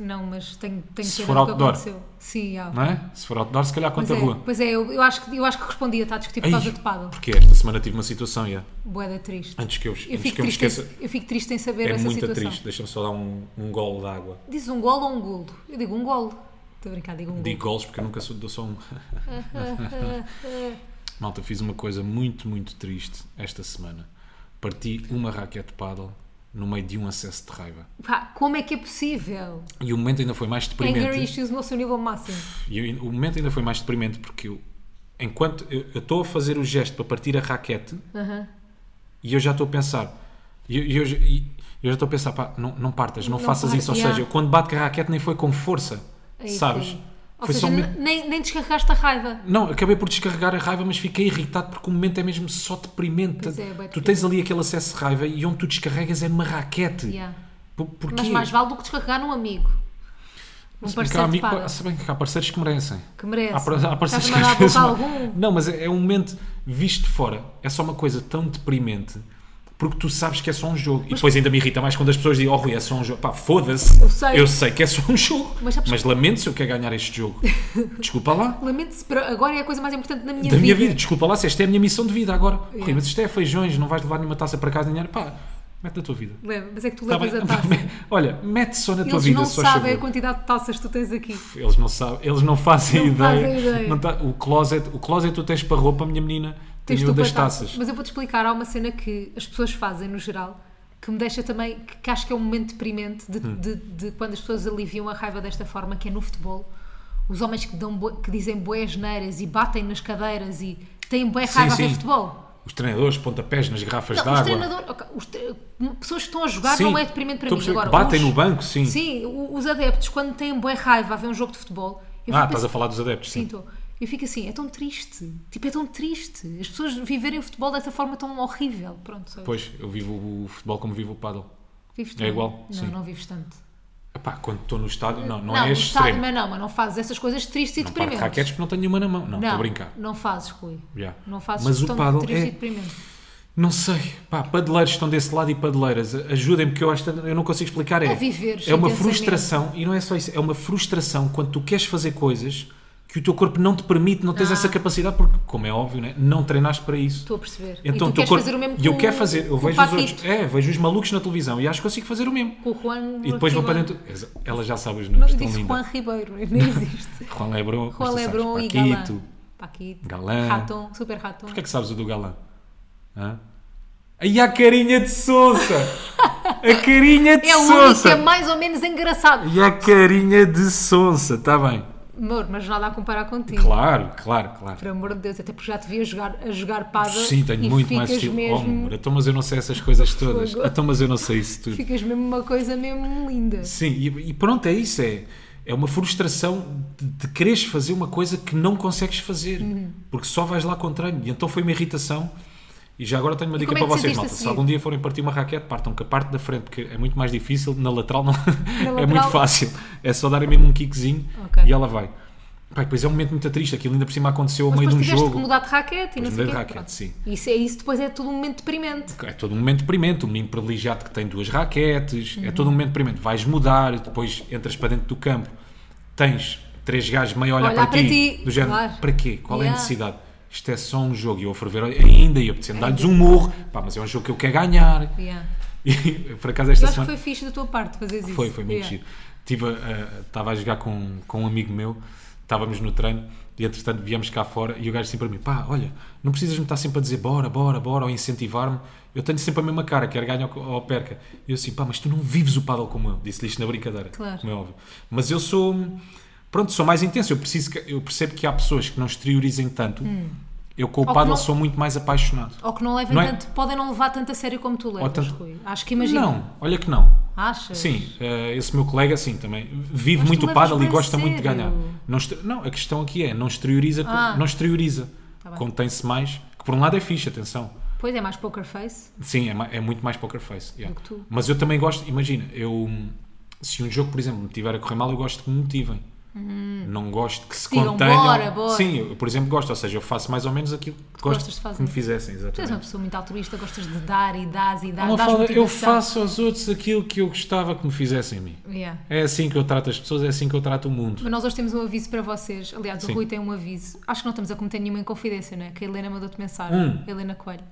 S1: Não, mas tenho, tenho
S2: Se
S1: pena
S2: for
S1: do que
S2: outdoor.
S1: aconteceu. Sim, há.
S2: não é? Se for outdoor, se calhar
S1: Pois
S2: conta
S1: é,
S2: rua.
S1: pois é eu, eu acho que, eu acho que respondia, está a discutir por
S2: Ei,
S1: causa de paddle.
S2: Porque esta semana tive uma situação, yeah.
S1: Boeda triste.
S2: antes que eu,
S1: Eu
S2: antes
S1: fico,
S2: que eu me
S1: triste em,
S2: esqueça,
S1: eu fico triste em saber
S2: é
S1: essa
S2: muito
S1: situação.
S2: triste. Deixa-me só dar um, um golo de água.
S1: Diz um golo ou um golo? Eu digo um golo. Estou a brincar, digo um
S2: Digo golos porque eu nunca sou, dou só um. Malta, fiz uma coisa muito, muito triste esta semana. Parti uma raquete de paddle no meio de um acesso de raiva.
S1: golo. Pá, como é que é possível?
S2: E o momento ainda foi mais
S1: Anger
S2: deprimente.
S1: issues no seu nível máximo.
S2: E eu- o momento ainda foi mais deprimente porque eu, enquanto eu eu estou a fazer o gesto para partir a raquete
S1: Aham.
S2: e eu já estou a pensar, e eu, e eu já- e eu já estou a pensar, pá, não, não partas, não,
S1: Não
S2: faças
S1: par-
S2: isso. Ou
S1: yeah.
S2: seja, eu quando bato com a raquete nem foi com força,
S1: Aí
S2: sabes?
S1: foi. Ou
S2: Foi
S1: seja,
S2: só me-
S1: n- nem, nem descarregaste a raiva.
S2: Não, acabei por descarregar a raiva, mas fiquei irritado porque o momento é mesmo só deprimente.
S1: Pois é, bué
S2: tu
S1: deprimente.
S2: tens ali aquele acesso de raiva e onde tu descarregas é numa raquete.
S1: Yeah.
S2: Por- Porquê?
S1: Mas mais vale do que descarregar num amigo. Um
S2: Porque há
S1: parceiro de
S2: amigo-
S1: pala.
S2: se bem que há parceiros que merecem.
S1: Que merece.
S2: Há, par- há parceiros
S1: Estás É assim. a
S2: que
S1: mandar
S2: às vezes
S1: apontar
S2: não-
S1: algum?
S2: Não, mas é é um momento visto de fora. É só uma coisa tão deprimente porque tu sabes que é só um jogo. E depois ainda me irrita mais quando as pessoas dizem: Oh, Rui, é só um jogo. Pá, foda-se.
S1: Eu sei.
S2: que é só um jogo.
S1: Mas
S2: Mas,
S1: sabes-
S2: lamento se eu quero ganhar este jogo. Desculpa lá.
S1: Lamento-se, pero agora é a coisa mais importante da minha
S2: da
S1: vida.
S2: minha vida. Desculpa lá se esta é a minha missão de vida agora.
S1: Yeah.
S2: Rui, mas isto é feijões, não vais levar nenhuma taça para casa nem nada. Pá, mete na tua vida.
S1: Leva, mas é que tu
S2: Tá
S1: levas
S2: bem?
S1: a taça.
S2: Olha, mete só na tua
S1: Eles
S2: vida.
S1: não
S2: só
S1: sabem a
S2: favor.
S1: quantidade de taças que tu tens aqui.
S2: Eles não sabem, eles não fazem
S1: Não
S2: ideia.
S1: fazem ideia.
S2: Não tá- o, closet, o closet tu tens para roupa, minha menina,
S1: Tens
S2: tens
S1: tu
S2: o das
S1: para tá- taças.
S2: taças.
S1: Mas eu vou-te explicar, há uma cena que as pessoas fazem no geral que me deixa também, que, que acho que é um momento deprimente de,
S2: Hum.
S1: de- de quando as pessoas aliviam a raiva desta forma, que é no futebol. Os homens que, dão bué- que dizem boas neiras e batem nas cadeiras e têm boa
S2: Sim,
S1: raiva a ver
S2: sim.
S1: futebol.
S2: Os treinadores, pontapés nas garrafas de
S1: Não, os
S2: água.
S1: treinadores, ok, os tre- pessoas que estão a jogar
S2: Sim.
S1: não é deprimente para
S2: Estou a
S1: mim.
S2: perceber
S1: Agora,
S2: que batem
S1: os-
S2: no banco, sim.
S1: Sim, o- os adeptos, quando têm boa raiva a ver um jogo de futebol, eu
S2: Ah,
S1: fico
S2: estás a
S1: assim-
S2: falar dos adeptos,
S1: Sim,
S2: sim.
S1: estou. Eu fico assim, é tão triste. Tipo, é tão triste. As pessoas viverem o futebol dessa forma tão horrível. Pronto, só.
S2: Pois, eu vivo o futebol como vivo o paddle.
S1: Vives
S2: é igual,
S1: Não,
S2: sim.
S1: não vives tanto.
S2: Epá, quando estou no estádio, não, não,
S1: no
S2: é
S1: estádio,
S2: extremo.
S1: mas não, mas não fazes essas coisas tristes e
S2: Não parto
S1: deprimentes.
S2: raquetes porque não tenho nenhuma na mão. Não, estou a
S1: não,
S2: brincar.
S1: não fazes, Rui.
S2: Yeah.
S1: Não fazes
S2: Mas o
S1: tão
S2: paddle
S1: triste
S2: é-
S1: e deprimente.
S2: Não sei. Pá, padeleiros estão desse lado e padeleiras. Ajudem-me que eu acho que eu não consigo explicar. É,
S1: É viveres
S2: é uma
S1: intensamente.
S2: frustração, e não é só isso, é uma frustração quando tu queres fazer coisas que o teu corpo não te permite, não tens
S1: Ah.
S2: essa capacidade, porque, como é óbvio, né, não treinaste para isso.
S1: Estou a perceber.
S2: Então,
S1: e tu
S2: o teu
S1: queres
S2: corpo-
S1: fazer o mesmo
S2: E eu
S1: com-
S2: quero fazer. Eu
S1: com o
S2: vejo os,
S1: Paquito,
S2: outros, é, vejo os malucos na televisão e acho que consigo fazer o mesmo.
S1: Com o Juan
S2: E depois vou para
S1: Martimão.
S2: dentro. Exa- Ela já sabe os
S1: Não,
S2: nomes, tão
S1: disse Juan
S2: linda.
S1: Ribeiro, nem existe.
S2: Juan Lebron. mas
S1: Juan
S2: tu sabes,
S1: Lebron e Galã.
S2: Paquito.
S1: Paquito.
S2: Galã.
S1: Raton, super raton.
S2: Porquê é que sabes o do galã? Hã? Aí a carinha de Sousa! A carinha de
S1: É o único que
S2: Sousa!
S1: é mais ou menos engraçado.
S2: E a carinha de sonsa, está bem.
S1: Amor, mas nada a comparar contigo.
S2: Claro, claro, claro.
S1: Por amor de Deus, até porque já te vi a jogar, a jogar pada
S2: Sim, tenho
S1: e
S2: muito
S1: ficas
S2: mais estilo. Oh,
S1: mesmo,
S2: amor, então, mas eu não sei essas coisas todas.
S1: Fogo.
S2: Então, mas eu não sei isso tudo.
S1: Ficas mesmo uma coisa mesmo linda.
S2: Sim, e, e pronto, é isso. É, é uma frustração de, de quereres fazer uma coisa que não consegues fazer.
S1: Uhum.
S2: Porque só vais lá com treino. E então foi uma irritação. E já agora tenho uma dica
S1: como é
S2: para
S1: que te
S2: vocês,
S1: sentiste a
S2: malta. Se
S1: seguir?
S2: algum dia forem partir uma raquete, partam com a parte da frente, porque é muito mais difícil. Na lateral não é
S1: lateral-
S2: muito fácil. É só dar mesmo um kickzinho
S1: Ok.
S2: e ela vai. Pai, depois é um momento muito triste. Aquilo ainda por cima aconteceu ao
S1: Mas
S2: meio de um
S1: depois tiveste que
S2: jogo.
S1: mudar de raquete e não
S2: Depois
S1: sei o
S2: mudei de
S1: quê.
S2: raquete,
S1: Pronto.
S2: sim.
S1: Isso, é isso depois é tudo um momento deprimente.
S2: É todo um momento deprimente, um menino privilegiado que tem duas raquetes, é todo um momento deprimente. Vais mudar, depois entras para dentro do campo, tens três gajos meio a olhar
S1: Olhar
S2: para,
S1: para
S2: ti,
S1: ti,
S2: do género,
S1: claro.
S2: para quê? Qual é a
S1: Yeah.
S2: necessidade? isto é só um jogo, e eu a ferver ainda, e
S1: É
S2: apetecendo dar-lhes um morro, pá, mas é um jogo que eu quero ganhar.
S1: Yeah.
S2: E, por acaso, esta
S1: Eu acho que
S2: semana.
S1: foi fixe da tua parte fazeres isso.
S2: Foi, foi muito
S1: Yeah.
S2: giro. Estava a, estava a jogar com, com um amigo meu, estávamos no treino e entretanto viemos cá fora e o gajo sempre a mim, pá, olha, não precisas me estar sempre a dizer bora, bora, bora, ou incentivar-me, eu tenho sempre a mesma cara, quer ganhe ou, ou perca. E eu assim, pá, mas tu não vives o paddle como eu, disse-lhe isto na brincadeira,
S1: Claro.
S2: como é óbvio. Mas eu sou, pronto, sou mais intenso, eu, preciso que- eu percebo que há pessoas que não exteriorizem tanto, eu com o
S1: Hum. que
S2: paddle
S1: não-
S2: sou muito mais apaixonado.
S1: Ou que não levem
S2: Não é-
S1: tanto, podem não levar tanto a sério como tu levas,
S2: tanto-
S1: Rui. Acho que imagino.
S2: Não, olha que não.
S1: Achas?
S2: Sim, eh, esse meu colega, sim, também vive
S1: Mas tu
S2: muito o
S1: levas
S2: paddle e
S1: bem a
S2: gosta muito de
S1: sério.
S2: ganhar. Não, exter- não, a questão aqui é, não exterioriza, com-
S1: Ah. Tá
S2: não exterioriza.
S1: bem.
S2: Contém-se mais, que por um lado é fixe, atenção.
S1: Pois é, mais poker face.
S2: Sim, é, ma- é muito mais poker face. yeah.
S1: Do que tu.
S2: Mas eu também gosto, imagina, eu se um jogo, por exemplo, me tiver a correr mal, eu gosto que me motivem. Não gosto que se
S1: Uhum. Digam,
S2: contenham.
S1: "Bora, bora."
S2: Sim, eu, por exemplo, gosto, ou seja, eu faço mais ou menos aquilo que gosto
S1: gostas de fazer.
S2: que me fizessem,
S1: Tu és uma
S2: exatamente.
S1: pessoa muito altruísta, gostas de dar e dás e dás.
S2: Uma
S1: dás
S2: fala, eu
S1: motivação.
S2: faço aos outros aquilo que eu gostava que me fizessem a mim.
S1: Yeah.
S2: É assim que eu trato as pessoas, é assim que eu trato o mundo.
S1: Mas nós hoje temos um aviso para vocês. Aliás,
S2: Sim.
S1: o Rui tem um aviso. Acho que não estamos a cometer nenhuma inconfidência, não é? Que a Helena mandou-te mensagem.
S2: Hum.
S1: Helena Coelho.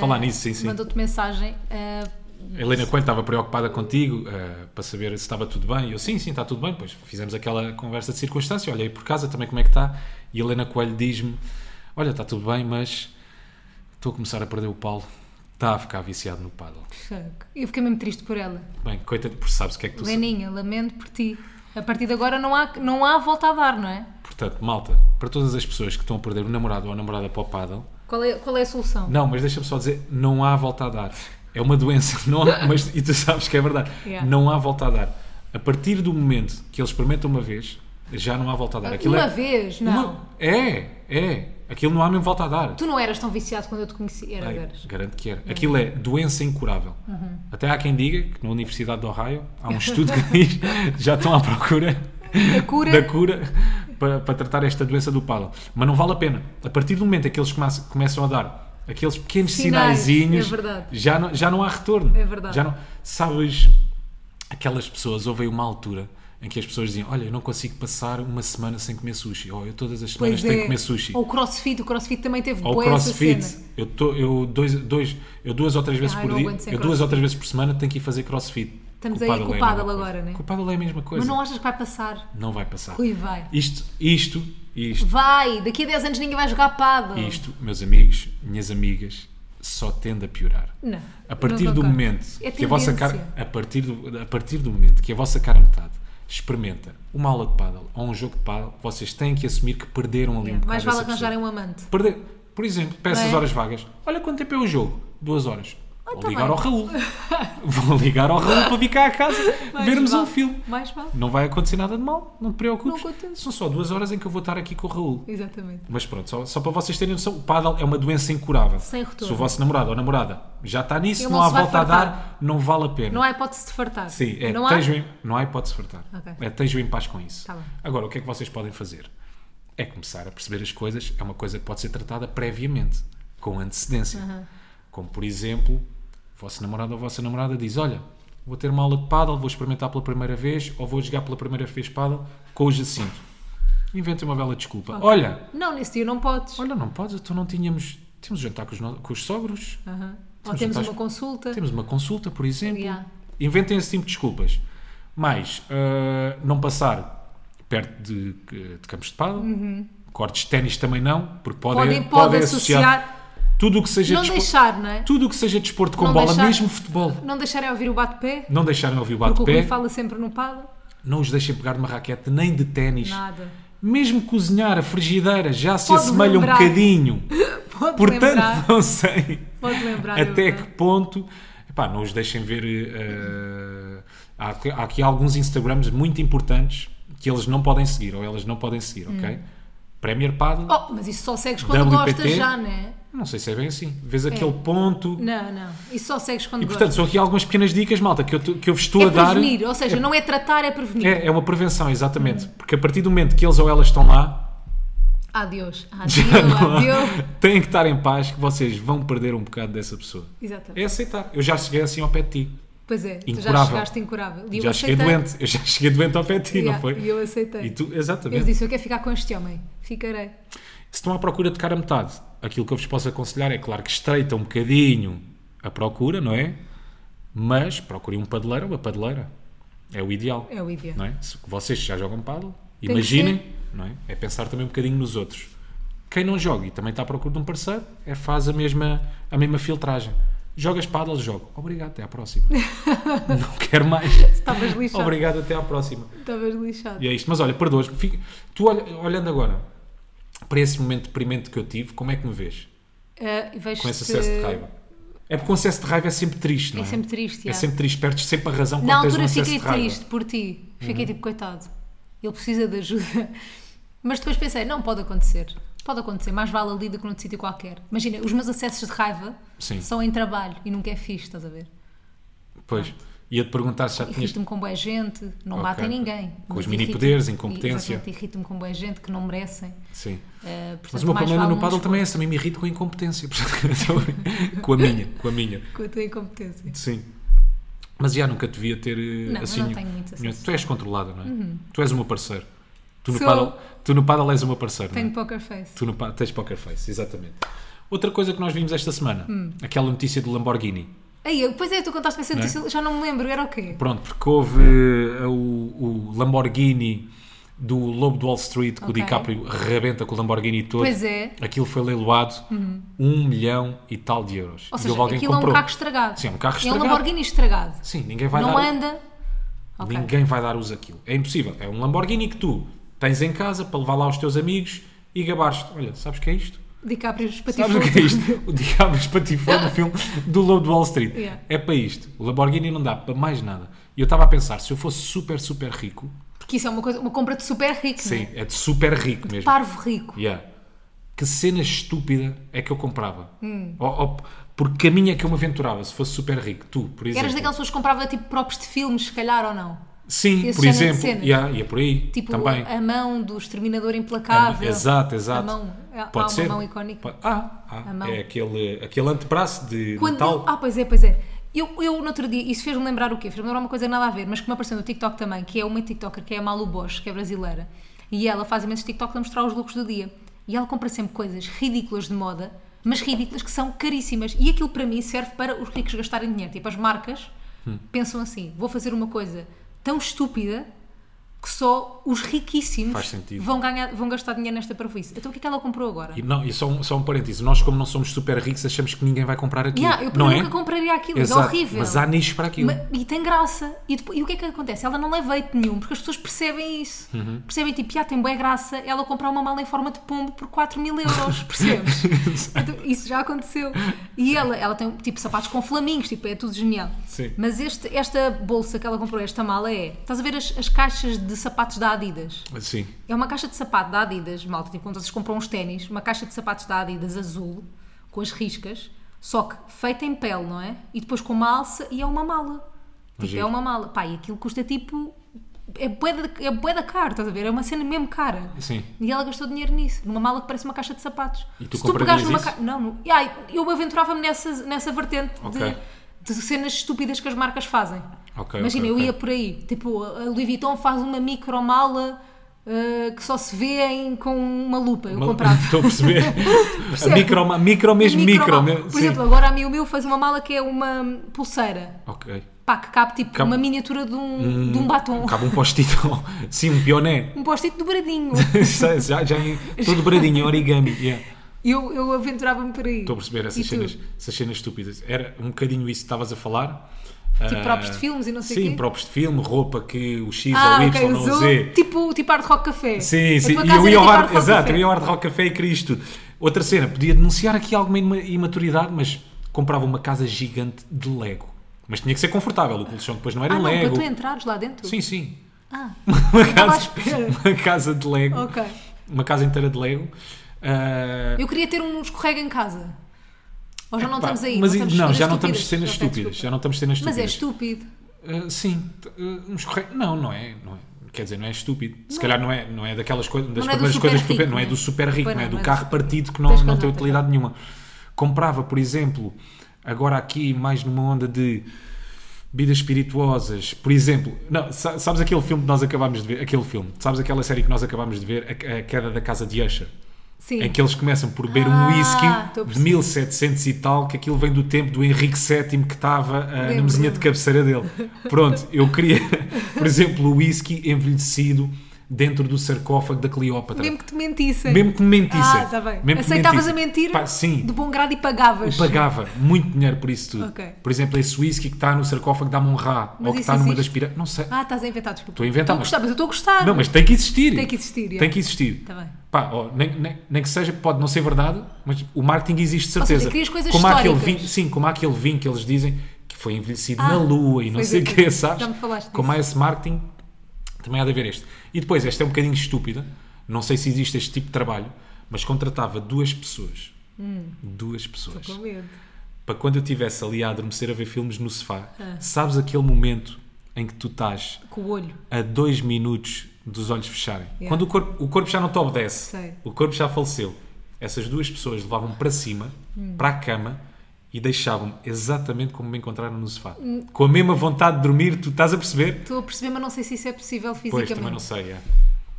S2: falar
S1: Ah,
S2: nisso, sim, sim.
S1: Mandou-te mensagem. ah,
S2: A Helena Coelho estava preocupada contigo eh, para saber se estava tudo bem. E eu, sim, sim, está tudo bem. Pois fizemos aquela conversa de circunstância. Olhei por casa também como é que está. E a Helena Coelho diz-me: Olha, está tudo bem, mas estou a começar a perder o Paulo. Está a ficar viciado no paddle.
S1: fuck. eu fiquei mesmo triste por ela.
S2: Bem, coitado, porque sabes o que é que tu sabes.
S1: Leninha, lamento por ti. A partir de agora não há, não há volta a dar, não é?
S2: Portanto, malta, para todas as pessoas que estão a perder o namorado ou a namorada para o paddle,
S1: Qual é, qual é a solução?
S2: Não, mas deixa-me só dizer, não há volta a dar. É uma doença, não há- mas, e tu sabes que é verdade.
S1: Yeah.
S2: Não há volta a dar. A partir do momento que eles experimentam uma vez, já não há volta a dar. Aquilo
S1: uma
S2: é,
S1: vez, não.
S2: uma- é, é. Aquilo não há mesmo volta a dar.
S1: Tu Uhum. não eras tão viciado quando eu te conheci. Era,
S2: Ai,
S1: eras.
S2: garanto que era. Aquilo é doença incurável.
S1: Uhum.
S2: Até há quem diga que na Universidade de Ohio há um estudo que diz já estão à procura
S1: A cura.
S2: da cura para, para tratar esta doença do paddle. Mas não vale a pena. A partir do momento em que eles começam, começam a dar aqueles pequenos
S1: Sinais,
S2: sinaizinhos,
S1: é verdade.
S2: já, não, já não há retorno.
S1: É verdade.
S2: Já não, sabes, aquelas pessoas, houve aí uma altura em que as pessoas diziam, olha, eu não consigo passar uma semana sem comer sushi, ou eu todas as semanas
S1: Pois
S2: tenho
S1: é.
S2: que comer sushi.
S1: Ou o crossfit, o crossfit também teve
S2: Ou
S1: bué essa
S2: crossfit.
S1: cena.
S2: Eu, tô, eu, dois, dois, eu duas ou três vezes
S1: Ai,
S2: por
S1: não
S2: dia,
S1: aguento sem
S2: eu duas ou
S1: crossfit.
S2: três vezes por semana tenho que ir fazer crossfit.
S1: Estamos
S2: Com
S1: aí
S2: o paddle
S1: com o
S2: é a mesma
S1: paddle
S2: coisa.
S1: agora, né?
S2: Com o paddle é a mesma coisa.
S1: Mas não achas que vai passar?
S2: Não vai passar.
S1: Rui, vai.
S2: Isto, isto, isto,
S1: Vai! Daqui a 10 anos ninguém vai jogar pádel.
S2: isto, meus amigos, minhas amigas, só tende a piorar.
S1: Não.
S2: A partir
S1: não
S2: do
S1: concordo.
S2: momento
S1: É
S2: que a vossa
S1: tendência.
S2: cara, a partir do, a partir do momento que a vossa cara metade experimenta uma aula de paddle ou um jogo de paddle, vocês têm que assumir que perderam ali um bocado
S1: Mais vale
S2: essa pessoa.
S1: arranjarem um amante.
S2: Perder, por exemplo, peças
S1: Não é?
S2: horas vagas. Olha quanto tempo é o jogo. Duas horas. Vou
S1: tá
S2: ligar
S1: bem.
S2: ao Raul. Vou ligar ao Raul para vir cá a casa
S1: Mais
S2: vermos um
S1: vale.
S2: filme.
S1: Mais vale.
S2: Não vai acontecer nada de mal, não te preocupes.
S1: Não acontece.
S2: São só duas horas em que eu vou estar aqui com o Raul.
S1: Exatamente.
S2: Mas pronto, só, só para vocês terem noção, o paddle é uma doença incurável.
S1: Sem retorno.
S2: Se o vosso namorado ou namorada já está nisso,
S1: Ele
S2: não,
S1: não
S2: há
S1: se vai
S2: volta a dar,
S1: fartar.
S2: não vale a pena.
S1: Não há hipótese de fartar.
S2: Sim, é,
S1: não há?
S2: estejam em- não há hipótese de fartar.
S1: Ok.
S2: É, estejam em paz com isso.
S1: Tá bem.
S2: Agora, o que é que vocês podem fazer? É começar a perceber as coisas, é uma coisa que pode ser tratada previamente, com antecedência. Como, por exemplo, o vosso namorado ou a vossa namorada diz, olha, vou ter uma aula de paddle, vou experimentar pela primeira vez, ou vou jogar pela primeira vez paddle com o Jacinto. Inventem uma bela desculpa. Olha,
S1: Não, nesse dia não podes.
S2: Olha, não podes, então não tínhamos. Temos jantar com os, no- com os sogros,
S1: Aham. Ou
S2: Temos
S1: temos
S2: jantares-
S1: uma consulta.
S2: temos uma consulta, por exemplo.
S1: Yeah.
S2: Inventem esse tipo de desculpas. Mas ah, não passar perto de, de campos de pádel, cortes de ténis também não, porque podem
S1: Uhum. Podem,
S2: podem
S1: podem
S2: associar,
S1: associar.
S2: tudo o que seja
S1: Não
S2: despo-
S1: deixar, não é?
S2: tudo o que seja desporto com
S1: Não
S2: bola,
S1: deixar-
S2: mesmo futebol.
S1: Não deixarem ouvir o bate-pé.
S2: Não deixarem ouvir o
S1: Porque o Rui
S2: bate-pé,
S1: fala sempre no pádel.
S2: não os deixem pegar numa raquete nem de ténis.
S1: Nada.
S2: Mesmo cozinhar, a frigideira já se
S1: Pode
S2: assemelha
S1: lembrar.
S2: um bocadinho.
S1: Pode
S2: Portanto,
S1: lembrar.
S2: não sei
S1: Pode lembrar. é
S2: até que
S1: verdade.
S2: ponto. Epá, não os deixem ver. eh, há, aqui- há aqui alguns Instagrams muito importantes que eles não podem seguir, ou elas não podem seguir,
S1: Hum.
S2: ok? Premier Paddle,
S1: Oh, mas isso só segues quando
S2: WPT?
S1: gostas já, não é?
S2: não sei se é bem assim. Vês aquele ponto.
S1: Não, não. Isso só segues quando
S2: E portanto,
S1: gostas.
S2: são aqui algumas pequenas dicas, malta, que eu, te- que eu vos estou
S1: É
S2: a dar.
S1: prevenir, Hum. ou seja, não é tratar, é prevenir.
S2: É, é uma prevenção, exatamente. Porque a partir do momento que eles ou elas estão lá,
S1: Adeus.
S2: já
S1: Adeus,
S2: não há-
S1: adeus.
S2: têm que estar em paz, que vocês vão perder um bocado dessa pessoa.
S1: Exatamente.
S2: É aceitar. Eu já cheguei assim ao pé de ti.
S1: Pois é, tu já
S2: Incurável.
S1: chegaste incurável. E eu
S2: já cheguei
S1: aceitei.
S2: doente, eu já cheguei doente ao pé de ti,
S1: Yeah,
S2: não foi?
S1: E eu aceitei.
S2: E tu, né?
S1: Eu
S2: exatamente.
S1: disse, eu quero ficar com este homem. Ficarei.
S2: Se estão à procura de cara a metade, aquilo que eu vos posso aconselhar é, claro, que estreitam um bocadinho a procura, não é? Mas procurem um padeleiro ou uma padeleira. É o ideal.
S1: É o ideal.
S2: Não é? Se vocês já jogam paddle,
S1: que
S2: imaginem,
S1: ser.
S2: não é? É pensar também um bocadinho nos outros. Quem não joga e também está à procura de um parceiro, é faz a mesma, a mesma filtragem. Jogas paddle, jogo. Obrigado, até à próxima. não quero mais.
S1: Estavas lixado.
S2: Obrigado, até à próxima.
S1: Estavas lixado.
S2: E é isto. Mas olha, perdoas-me. Fica- Tu olha- olhando agora para esse momento deprimente que eu tive, como é que me vês?
S1: Ah, e vejo
S2: Com esse acesso de raiva. É porque um acesso de raiva é sempre triste, não é?
S1: É sempre triste,
S2: É
S1: já.
S2: sempre triste. Perdes sempre a razão quando
S1: Na
S2: tens um
S1: altura
S2: acesso
S1: fiquei
S2: de raiva. Uhum.
S1: triste por ti. Fiquei tipo, coitado, ele precisa de ajuda. Mas depois pensei, não pode acontecer. Pode acontecer, mais vale ali do que num sítio qualquer. Imagina, os meus acessos de raiva
S2: Sim.
S1: são em trabalho e nunca é fixe, estás a ver?
S2: Pois.
S1: Ah.
S2: Ia-te perguntar se já tinhas
S1: Irrito-me com boa gente, não
S2: Ok.
S1: matem ninguém.
S2: Com
S1: Mas
S2: os mini
S1: irrito-
S2: poderes, incompetência.
S1: Exatamente, Irrito-me com boa gente que não merecem.
S2: Sim.
S1: Eh,
S2: Mas
S1: portanto,
S2: o meu
S1: mais
S2: problema
S1: vale
S2: no
S1: um
S2: paddle
S1: desconto
S2: também é esse, também me irrito com a incompetência. portanto, com a minha, com a minha.
S1: Com a tua incompetência.
S2: Sim. Mas já nunca te via ter eh,
S1: Não, eu
S2: assim.
S1: não tenho muito
S2: nenhum-
S1: acesso. Uhum.
S2: Tu és controlada, não é? Tu és o meu parceiro. Tu no,
S1: Sou.
S2: paddle, tu no paddle és o meu parceiro, não é?
S1: Tenho poker face.
S2: Tu no pa- tens poker face, exatamente. Outra coisa que nós vimos esta semana, aquela notícia do Lamborghini.
S1: Aí, eu- pois é, tu contaste-me essa notícia, já não me lembro, era o quê?
S2: Pronto, porque houve eh, o, o Lamborghini do Lobo do Wall Street, que
S1: Ok.
S2: o DiCaprio rebenta com o Lamborghini todo.
S1: Pois é. Uhum.
S2: Aquilo foi leiloado um milhão e tal de euros.
S1: Ou
S2: E
S1: seja,
S2: houve alguém que
S1: aquilo é um
S2: comprou.
S1: carro estragado.
S2: Sim, é um carro
S1: É um
S2: estragado.
S1: Lamborghini estragado.
S2: Sim, ninguém vai
S1: não
S2: dar.
S1: anda. Ok.
S2: Ninguém vai dar uso àquilo. É impossível. É um Lamborghini que tu tens em casa para levar lá aos teus amigos e gabares-te. Olha, sabes o que é isto?
S1: DiCaprio espatifou.
S2: Sabes o que é isto? O diabo espatifou no filme do Lobo de Wall Street.
S1: Yeah.
S2: É para isto. O Lamborghini não dá para mais nada. E eu estava a pensar, se eu fosse super, super rico,
S1: Porque isso é uma, coisa, uma compra de super rico,
S2: sim,
S1: né?
S2: é de super rico mesmo.
S1: Parvo rico.
S2: Yeah. Que cena estúpida é que eu comprava?
S1: Hum.
S2: Ou, ou, por que caminho é que eu me aventurava se fosse super rico? Tu, por exemplo.
S1: Eras daquelas pessoas que comprava tipo próprios de filmes, se calhar ou não?
S2: Sim,
S1: esse género
S2: por
S1: de
S2: exemplo.
S1: cenas.
S2: Yeah, ia por aí.
S1: Tipo
S2: também.
S1: a mão do exterminador implacável.
S2: exato, exato.
S1: A mão. Há- Há
S2: Pode
S1: uma
S2: ser.
S1: mão icónica.
S2: Pode- Ah, ah,
S1: A mão.
S2: é aquele, aquele antebraço de
S1: Quando
S2: metal.
S1: eu- ah, pois é, pois é. Eu, eu no outro dia, isso fez-me lembrar o quê? Fez-me lembrar uma coisa nada a ver, mas que me apareceu no TikTok também, que é uma TikToker, que é a Malu Bosch, que é brasileira. E ela faz imensos TikToks a mostrar os looks do dia. E ela compra sempre coisas ridículas de moda, mas ridículas que são caríssimas. E aquilo para mim serve para os ricos gastarem dinheiro. Tipo, as marcas
S2: Hum.
S1: pensam assim: vou fazer uma coisa tão estúpida que só os
S2: Faz
S1: riquíssimos
S2: sentido.
S1: vão, ganhar, vão gastar dinheiro nesta parvoíce. Então o que é que ela comprou agora?
S2: E não, e só um, só um parênteses, nós como não somos super ricos achamos que ninguém vai comprar aquilo,
S1: Yeah, eu
S2: não
S1: nunca
S2: é?
S1: compraria aquilo,
S2: Exato,
S1: é horrível.
S2: Mas há nicho para aquilo.
S1: Ma- E tem graça. E, depois- e o que é que acontece? Ela não leva hate nenhum, porque as pessoas percebem isso. Percebem, tipo, já tem boa graça ela comprar uma mala em forma de pombo por 4 mil euros, percebes? Então, isso já aconteceu. E ela, ela tem, tipo, sapatos com flamingos, tipo, é tudo genial.
S2: Sim.
S1: Mas este, esta bolsa que ela comprou, esta mala é... Estás a ver as, as caixas de sapatos da Adidas?
S2: Sim,
S1: É uma caixa de sapato da Adidas, malta, tipo quando vocês compram uns ténis, uma caixa de sapatos da Adidas azul, com as riscas, só que feita em pele, não é? E depois com uma alça e é uma mala. Tipo,
S2: Giro.
S1: é uma mala. Pá, e aquilo custa tipo. É bué da- é bué da cara, estás a ver? É uma cena mesmo cara.
S2: sim.
S1: E ela gastou dinheiro nisso, numa mala que parece uma caixa de sapatos.
S2: E tu comprarias isso?
S1: ca- Não, não. E, ai, eu aventurava-me nessa, nessa vertente de-
S2: Ok.
S1: de, cenas estúpidas que as marcas fazem.
S2: Ok,
S1: Imagina,
S2: ok,
S1: eu
S2: ok.
S1: ia por aí. Tipo, a Louis Vuitton faz uma micromala eh, que só se vê em- com uma lupa. Eu
S2: Mas-
S1: comprava.
S2: Estou a perceber.
S1: Percebe?
S2: micro, micro Então, mesmo, micro.
S1: Micromala.
S2: mesmo,
S1: Por
S2: sim.
S1: exemplo, agora a Miu Miu faz uma mala que é uma hum, pulseira.
S2: Ok.
S1: Pá, que cabe tipo
S2: Cabe-
S1: uma miniatura de um, de um batom.
S2: Cabe um post-it. sim, um pioné.
S1: Um post-it dobradinho.
S2: já, já em, todo dobradinho, em origami. yeah.
S1: eu eu aventurava-me por aí.
S2: Estou a perceber
S1: E
S2: essas
S1: tu?
S2: cenas, essas cenas estúpidas. Era um bocadinho isso que estavas a falar.
S1: Tipo
S2: Ah,
S1: próprios de filmes e não sei
S2: Sim,
S1: quê?
S2: próprios de filme, roupa que o X
S1: Ah,
S2: ou o Y
S1: ok,
S2: não
S1: usou.
S2: Z.
S1: Tipo, tipo Hard Rock Café.
S2: Sim,
S1: A
S2: sim.
S1: tua
S2: E
S1: casa
S2: eu
S1: era
S2: ia ao
S1: tipo
S2: Hard,
S1: Rock
S2: exato,
S1: Café.
S2: eu ia ao Hard Rock Café e queria isto tudo. Outra cena, podia denunciar aqui alguma ima- imaturidade, mas comprava uma casa gigante de Lego. Mas tinha que ser confortável, o colchão depois não era
S1: Ah, não, para
S2: Lego.
S1: tu entrares lá dentro?
S2: Sim, sim.
S1: Ah, estava
S2: Uma
S1: à
S2: casa,
S1: espera.
S2: uma casa de Lego.
S1: Ok.
S2: Uma casa inteira de Lego. Ah,
S1: Eu queria ter um escorrega em casa. Ou já não
S2: pá,
S1: estamos aí?
S2: mas
S1: não,
S2: e-
S1: estamos
S2: não,
S1: cenas
S2: já não estamos
S1: estúpidas? Ok,
S2: cenas estúpidas. Já
S1: desculpa.
S2: não estamos cenas
S1: Mas é
S2: estúpidas.
S1: estúpido.
S2: Ah, sim, t- ah, uns corre- Não, não é, não é. Quer dizer, não é estúpido. Se calhar não é, não é daquelas coisas, das
S1: Não é do
S2: primeiras
S1: super
S2: coisas que tu
S1: rico,
S2: pe- não é
S1: né?
S2: do super rico,
S1: Pois
S2: não é
S1: não,
S2: do
S1: não é
S2: carro
S1: super
S2: partido que não,
S1: Tens
S2: não
S1: razão,
S2: tem
S1: tens
S2: utilidade nenhuma. Comprava, por exemplo, agora aqui mais numa onda de bebidas espirituosas, por exemplo, não, sa- sabes aquele filme que nós acabámos de ver, aquele filme, sabes aquela série que nós acabámos de ver, a, a queda da casa de Usher?
S1: Sim.
S2: em É que eles começam por beber um
S1: Ah, estou a
S2: whisky de
S1: perceber.
S2: 1700 e tal, que aquilo vem do tempo do Henrique VII que estava ah, na
S1: Lembro.
S2: mesinha de cabeceira dele. Pronto, eu queria, por exemplo, o whisky envelhecido dentro do sarcófago da Cleópatra.
S1: Mesmo que te mentissem.
S2: Mesmo que me mentissem.
S1: Ah, está bem.
S2: Mesmo que me
S1: Aceitavas a
S2: mentissem.
S1: mentira
S2: Pá, sim.
S1: de bom grado e pagavas.
S2: Pagava muito dinheiro por isso tudo.
S1: Ok.
S2: Por exemplo, esse whisky que está no sarcófago da Monra
S1: Mas
S2: ou
S1: isso
S2: que está numa
S1: existe?
S2: das pirâmides. Não sei.
S1: Ah, estás a inventar, desculpa.
S2: Estou a inventar,
S1: Estou a
S2: mas-
S1: gostar, mas eu estou a gostar.
S2: Não, mas tem que existir.
S1: Tem que existir, é.
S2: Tem que existir.
S1: Está bem.
S2: Pá, ó, nem, nem- nem que seja, pode não ser verdade, mas o marketing existe de
S1: Ou
S2: certeza.
S1: seja, crias coisas
S2: como há aquele
S1: históricas.
S2: vinho, sim, como há aquele vinho que eles dizem que foi envelhecido
S1: Ah,
S2: na lua e não
S1: pois
S2: sei
S1: é,
S2: o quê,
S1: já
S2: sabes?
S1: me falaste
S2: como há esse marketing, também há de haver este. E depois, esta é um bocadinho estúpida, não sei se existe este tipo de trabalho, mas contratava duas pessoas.
S1: Hum.
S2: Duas pessoas.
S1: Com medo.
S2: Para quando eu estivesse ali a adormecer a ver filmes no sofá,
S1: Ah.
S2: sabes aquele momento em que tu estás
S1: Com o olho.
S2: a dois minutos dos olhos fecharem. Quando o corpo, o corpo já não te obedece,
S1: Sei.
S2: o corpo já faleceu. Essas duas pessoas levavam para cima,
S1: Hum.
S2: para a cama e deixavam exatamente como me encontraram no sofá.
S1: Hum.
S2: Com a mesma vontade de dormir, tu estás a perceber?
S1: Estou a perceber, mas não sei se isso é possível
S2: Pois,
S1: fisicamente.
S2: também não sei. É,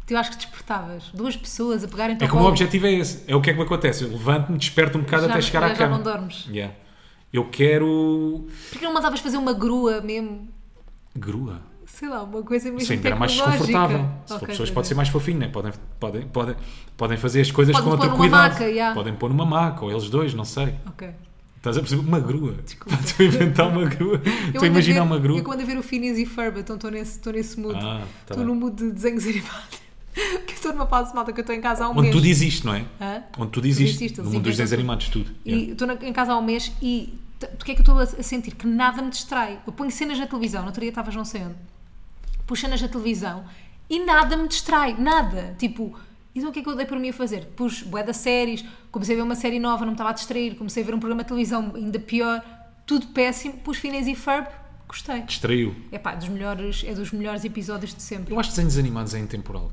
S1: Eu acho que despertavas. Duas pessoas a pegarem
S2: é
S1: teu
S2: como o
S1: colo.
S2: objetivo é esse. É o que é que me acontece. Eu levanto-me, desperto um bocado
S1: Já-
S2: até chegar
S1: já-
S2: à
S1: já
S2: cama.
S1: não dormes.
S2: Yeah. Eu quero.
S1: Porquê não mandavas fazer uma grua mesmo?
S2: grua.
S1: Sei lá, uma coisa mesmo
S2: Isso ainda era mais
S1: tecnológica.
S2: desconfortável. Se for
S1: Ok,
S2: pessoas,
S1: tá
S2: pode ser
S1: bem.
S2: mais fofinho, né? podem, podem, podem, podem fazer as coisas
S1: Podem
S2: com outro
S1: pôr numa
S2: cuidado.
S1: maca, yeah.
S2: Podem pôr numa maca, ou eles dois, não sei.
S1: Ok.
S2: Estás a perceber? Uma grua. Estou a inventar uma grua. Estou a
S1: ando
S2: imaginar
S1: ver,
S2: uma grua.
S1: Eu quando a ver o Phineas e Ferb, então estou nesse, estou nesse mood.
S2: Ah, tá
S1: estou
S2: bem.
S1: no mood de desenhos animados. Porque eu estou numa fase malta que eu estou em casa há um
S2: Onde
S1: mês.
S2: tudo existe, não é?
S1: Hã?
S2: Onde tudo existe.
S1: existe,
S2: no
S1: eles
S2: mundo dos
S1: inventam
S2: desenhos
S1: tudo.
S2: animados, tudo. Yeah.
S1: E estou na- em casa há um mês e t- porque é que eu estou a, a sentir que nada me distrai? Eu ponho cenas na televisão, no outro dia estavas não sei onde, pus cenas na televisão e nada me distrai, nada. Tipo, então o que é que eu dei por mim a fazer? Pus bué de séries, comecei a ver uma série nova, não me estava a distrair, comecei a ver um programa de televisão ainda pior, tudo péssimo, pus Phineas e Ferb, gostei.
S2: Distraiu.
S1: É pá, dos melhores, é dos melhores episódios de sempre.
S2: Eu acho que desenhos animados é intemporal.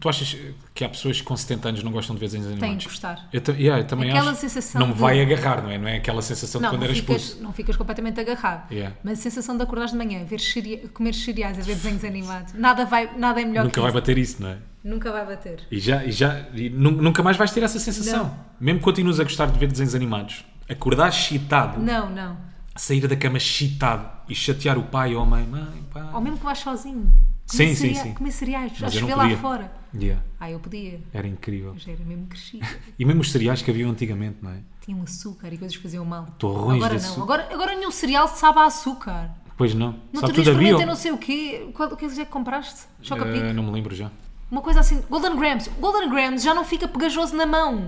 S2: Tu achas que há pessoas que com 70 anos não gostam de ver desenhos
S1: Tem
S2: animados?
S1: Uhum. que gostar.
S2: Eu, ta- yeah, eu também
S1: Aquela
S2: acho.
S1: sensação
S2: não me
S1: de-
S2: vai agarrar, não é? Não é aquela sensação de
S1: Não,
S2: quando
S1: não
S2: eras
S1: ficas,
S2: puto.
S1: não ficas completamente agarrado.
S2: Yeah.
S1: Mas a sensação de acordares de manhã, ver xeria- comer cereais, a ver desenhos animados, nada, vai, nada é melhor
S2: Nunca
S1: que
S2: vai
S1: isso.
S2: bater isso, não é?
S1: Nunca vai bater.
S2: E, já, e, já, e nu- nunca mais vais ter essa sensação. Mesmo que continuas a gostar de ver desenhos animados, acordar excitado,
S1: Não, não.
S2: sair da cama excitado e chatear o pai ou a mãe, mãe, pai.
S1: Ou mesmo que vais sozinho.
S2: Sim,
S1: Comer
S2: sim,
S1: cereais-
S2: sim.
S1: Comer cereais, já
S2: Mas eu não
S1: chover lá
S2: podia.
S1: fora.
S2: Yeah,
S1: Ah, eu podia.
S2: era incrível.
S1: Mas era mesmo crescido.
S2: E mesmo os cereais que haviam antigamente, não é?
S1: Tinha um açúcar e coisas que faziam mal.
S2: Torrões
S1: agora
S2: de açúcar.
S1: não. Agora, agora nenhum cereal sabe a açúcar.
S2: Pois não.
S1: No
S2: Sabe
S1: outro dia
S2: tudo havia?
S1: experimentei não sei o quê. Qual, o que é que compraste? Choca
S2: Eh, não me lembro já.
S1: Uma coisa assim, Golden Grams. Golden Grams já não fica pegajoso na mão.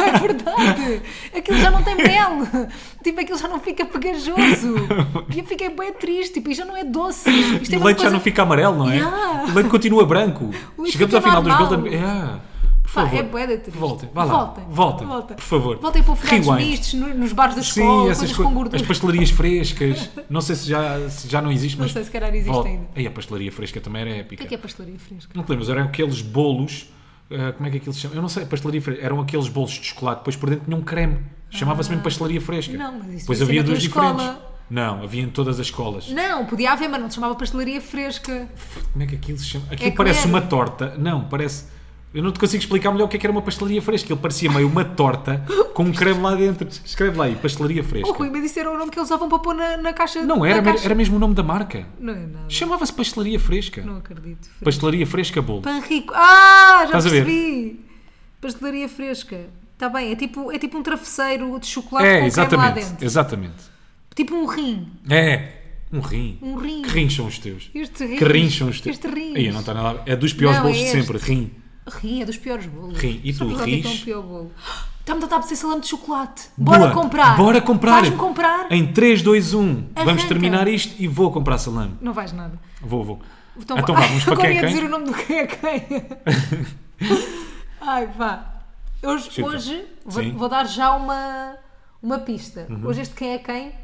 S1: é verdade. Aquilo já não tem mel. Tipo, aquilo já não fica pegajoso. E eu fiquei bem triste. Tipo, e já não é doce. Isto é
S2: o
S1: uma
S2: leite já
S1: coisa-
S2: não fica amarelo, não é?
S1: Yeah.
S2: O leite continua branco.
S1: O leite
S2: Chegamos
S1: fica
S2: ao final dos
S1: normal.
S2: Golden. Yeah. Por
S1: Pá,
S2: favor.
S1: é bué de triste.
S2: Voltem, vá lá.
S1: Voltem.
S2: Voltem,
S1: Voltem.
S2: por favor.
S1: Voltem para o Fernandes
S2: Rewind.
S1: Mistos, no- nos bares da
S2: Sim,
S1: escola,
S2: essas
S1: coisas
S2: coi-
S1: com
S2: as
S1: gordura.
S2: pastelarias frescas. Não sei se já, se já não existe,
S1: Não
S2: mas.
S1: sei, se calhar existe
S2: Volta.
S1: ainda.
S2: Ei, a pastelaria fresca também era épica.
S1: O que é que é pastelaria fresca?
S2: Não te lembras, eram aqueles bolos. ah, como é que aquilo se chama? Eu não sei, pastelaria fresca. Eram aqueles bolos de chocolate, depois por dentro tinha um creme. Chamava-se mesmo pastelaria fresca.
S1: Ah. Não, mas isso
S2: Pois
S1: devia ser
S2: havia
S1: na
S2: duas
S1: tua
S2: diferentes.
S1: escola.
S2: Não, havia em todas as escolas.
S1: Não, podia haver, mas não se chamava pastelaria fresca.
S2: Como é que aquilo se chama? Aquilo
S1: É que
S2: parece
S1: era.
S2: uma torta. Não, parece. Eu não te consigo explicar melhor o que é que era uma pastelaria fresca. Ele parecia meio uma torta com um creme lá dentro. Escreve lá aí, pastelaria fresca.
S1: Oh, Rui, mas isso era o nome que eles usavam para pôr na, na caixa.
S2: Não,
S1: na
S2: era, me-
S1: caixa.
S2: era mesmo o nome da marca.
S1: Não é nada.
S2: Chamava-se pastelaria fresca.
S1: Não acredito. Fresca.
S2: Pastelaria fresca bolo.
S1: Pão rico. Ah, já
S2: Estás a ver?
S1: percebi. Pastelaria fresca. Está bem, é tipo, é tipo um travesseiro de chocolate
S2: É,
S1: com creme lá
S2: exatamente.
S1: dentro.
S2: Exatamente.
S1: Tipo um rim.
S2: É. Um rim.
S1: Um rim.
S2: Que rins são os teus?
S1: Este rim.
S2: Que rins são os teus?
S1: Este rim.
S2: Aí, não está nada. a ver. É dos piores
S1: Não,
S2: bolos
S1: é
S2: de
S1: este.
S2: sempre. Rim.
S1: Rim é dos piores bolos.
S2: Rim. E tu
S1: Sabes lá o que é que é
S2: ris?
S1: um pior bolo? Está-me a dar para ser salame de chocolate. Bora
S2: Boa.
S1: comprar.
S2: Bora comprar.
S1: Vais-me comprar?
S2: Em 3, 2, 1. Vamos
S1: Arranca.
S2: terminar isto e vou comprar salame.
S1: Não vais nada.
S2: Vou, vou. Então,
S1: Então,
S2: vá, vamos para
S1: Agora
S2: quem é
S1: ia
S2: quem?
S1: dizer o nome do quem é quem. Ai, vá. Hoje,
S2: Chuta.
S1: hoje vou,
S2: Sim. Uhum.
S1: vou dar já uma, uma pista. Hoje este quem é quem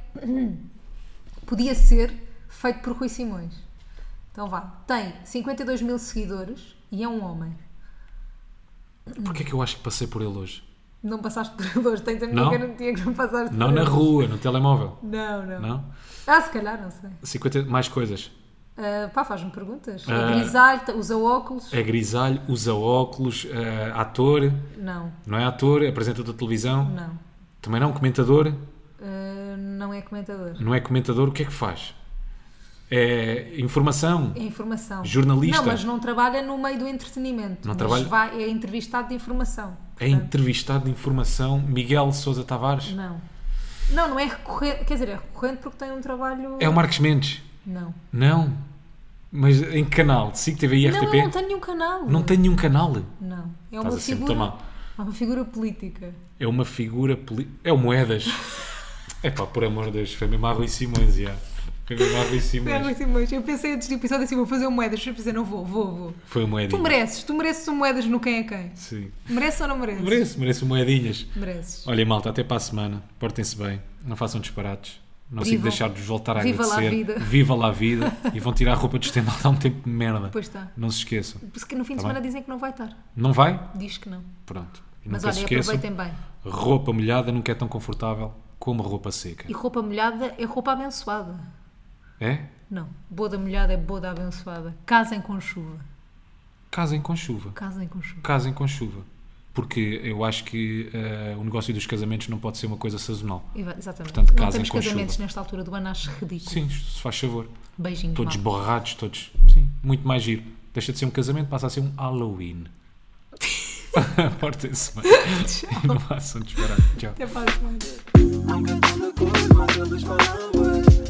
S1: podia ser feito por Rui Simões. Então vá. Tem 52 mil seguidores e é um homem.
S2: Porquê é que eu acho que passei por ele hoje?
S1: Não passaste por ele hoje. Tens a minha
S2: Não.
S1: garantia que não passaste
S2: Não
S1: por
S2: na
S1: ele.
S2: rua, no telemóvel.
S1: Não, não,
S2: Não?
S1: Ah, se calar, não sei.
S2: 50 mais coisas.
S1: Ah, pá, faz-me perguntas.
S2: Ah.
S1: é grisalho, usa óculos?
S2: É grisalho, usa óculos, eh, ator,
S1: Não,
S2: não é ator, apresentador de televisão,
S1: não.
S2: também não, comentador,
S1: Ah, não é comentador.
S2: não é comentador, o que é que faz? É informação,
S1: É informação.
S2: Jornalista.
S1: Não, mas não trabalha no meio do entretenimento.
S2: Não
S1: mas
S2: trabalha-
S1: vai- é entrevistado de informação.
S2: é entrevistado de informação, Miguel Sousa Tavares,
S1: Não. Não, não é recorrente. Quer dizer, é recorrente porque tem um trabalho.
S2: é o Marcos Mendes,
S1: Não.
S2: não, mas em que canal, SIC TV
S1: Não,
S2: e
S1: eu não
S2: RTP,
S1: tenho nenhum canal.
S2: não tem nenhum canal,
S1: Não. É uma
S2: estás a sempre
S1: figura.
S2: tomar.
S1: É uma figura política.
S2: É uma figura poli... É o Moedas. É pá, por amor de Deus, foi mesmo a Rui Simões, já. Foi mesmo a Rui
S1: Foi algo
S2: Simões.
S1: assim, mas eu pensei antes do episódio assim, vou fazer um moedas. Eu pensei, não vou, vou, vou.
S2: Foi o
S1: Tu
S2: Moedinhas.
S1: mereces, tu mereces um moedas no quem é quem.
S2: Sim.
S1: Mereces ou não mereces?
S2: Mereço, mereço o Moedinhas.
S1: Mereces.
S2: Olha, malta, até para a semana. Portem-se bem. Não façam disparates. Não
S1: Vivam.
S2: consigo deixar de vos voltar a
S1: Viva lá a
S2: agradecer.
S1: vida.
S2: Viva lá a vida. E vão tirar a roupa de estendal há um tempo de merda.
S1: Pois está.
S2: Não se esqueçam.
S1: Porque no fim de
S2: Tá
S1: semana dizem que não vai estar.
S2: Não vai?
S1: Diz que não.
S2: Pronto. E
S1: Mas
S2: nunca
S1: olha,
S2: se esqueçam.
S1: aproveitem bem.
S2: Roupa molhada nunca é tão confortável como roupa seca.
S1: E roupa molhada é roupa abençoada.
S2: É?
S1: Não. Boda molhada é boda abençoada. Casem com chuva.
S2: Casem com chuva.
S1: Casem com chuva.
S2: casem com chuva. Porque eu acho que eh, o negócio dos casamentos não pode ser uma coisa sazonal.
S1: E vai- Exatamente.
S2: Portanto,
S1: não
S2: casem
S1: temos
S2: com
S1: casamentos
S2: chuva.
S1: nesta altura do ano, acho ridículo.
S2: Sim, se faz favor.
S1: Beijinhos,
S2: Todos
S1: malta.
S2: borrados, todos. Sim, muito mais giro. Deixa de ser um casamento, passa a ser um Halloween. Portem-se bem. Não façam disparar. Tchau.
S1: Até para a semana.
S3: I'm contando cool, mas eles falam bué.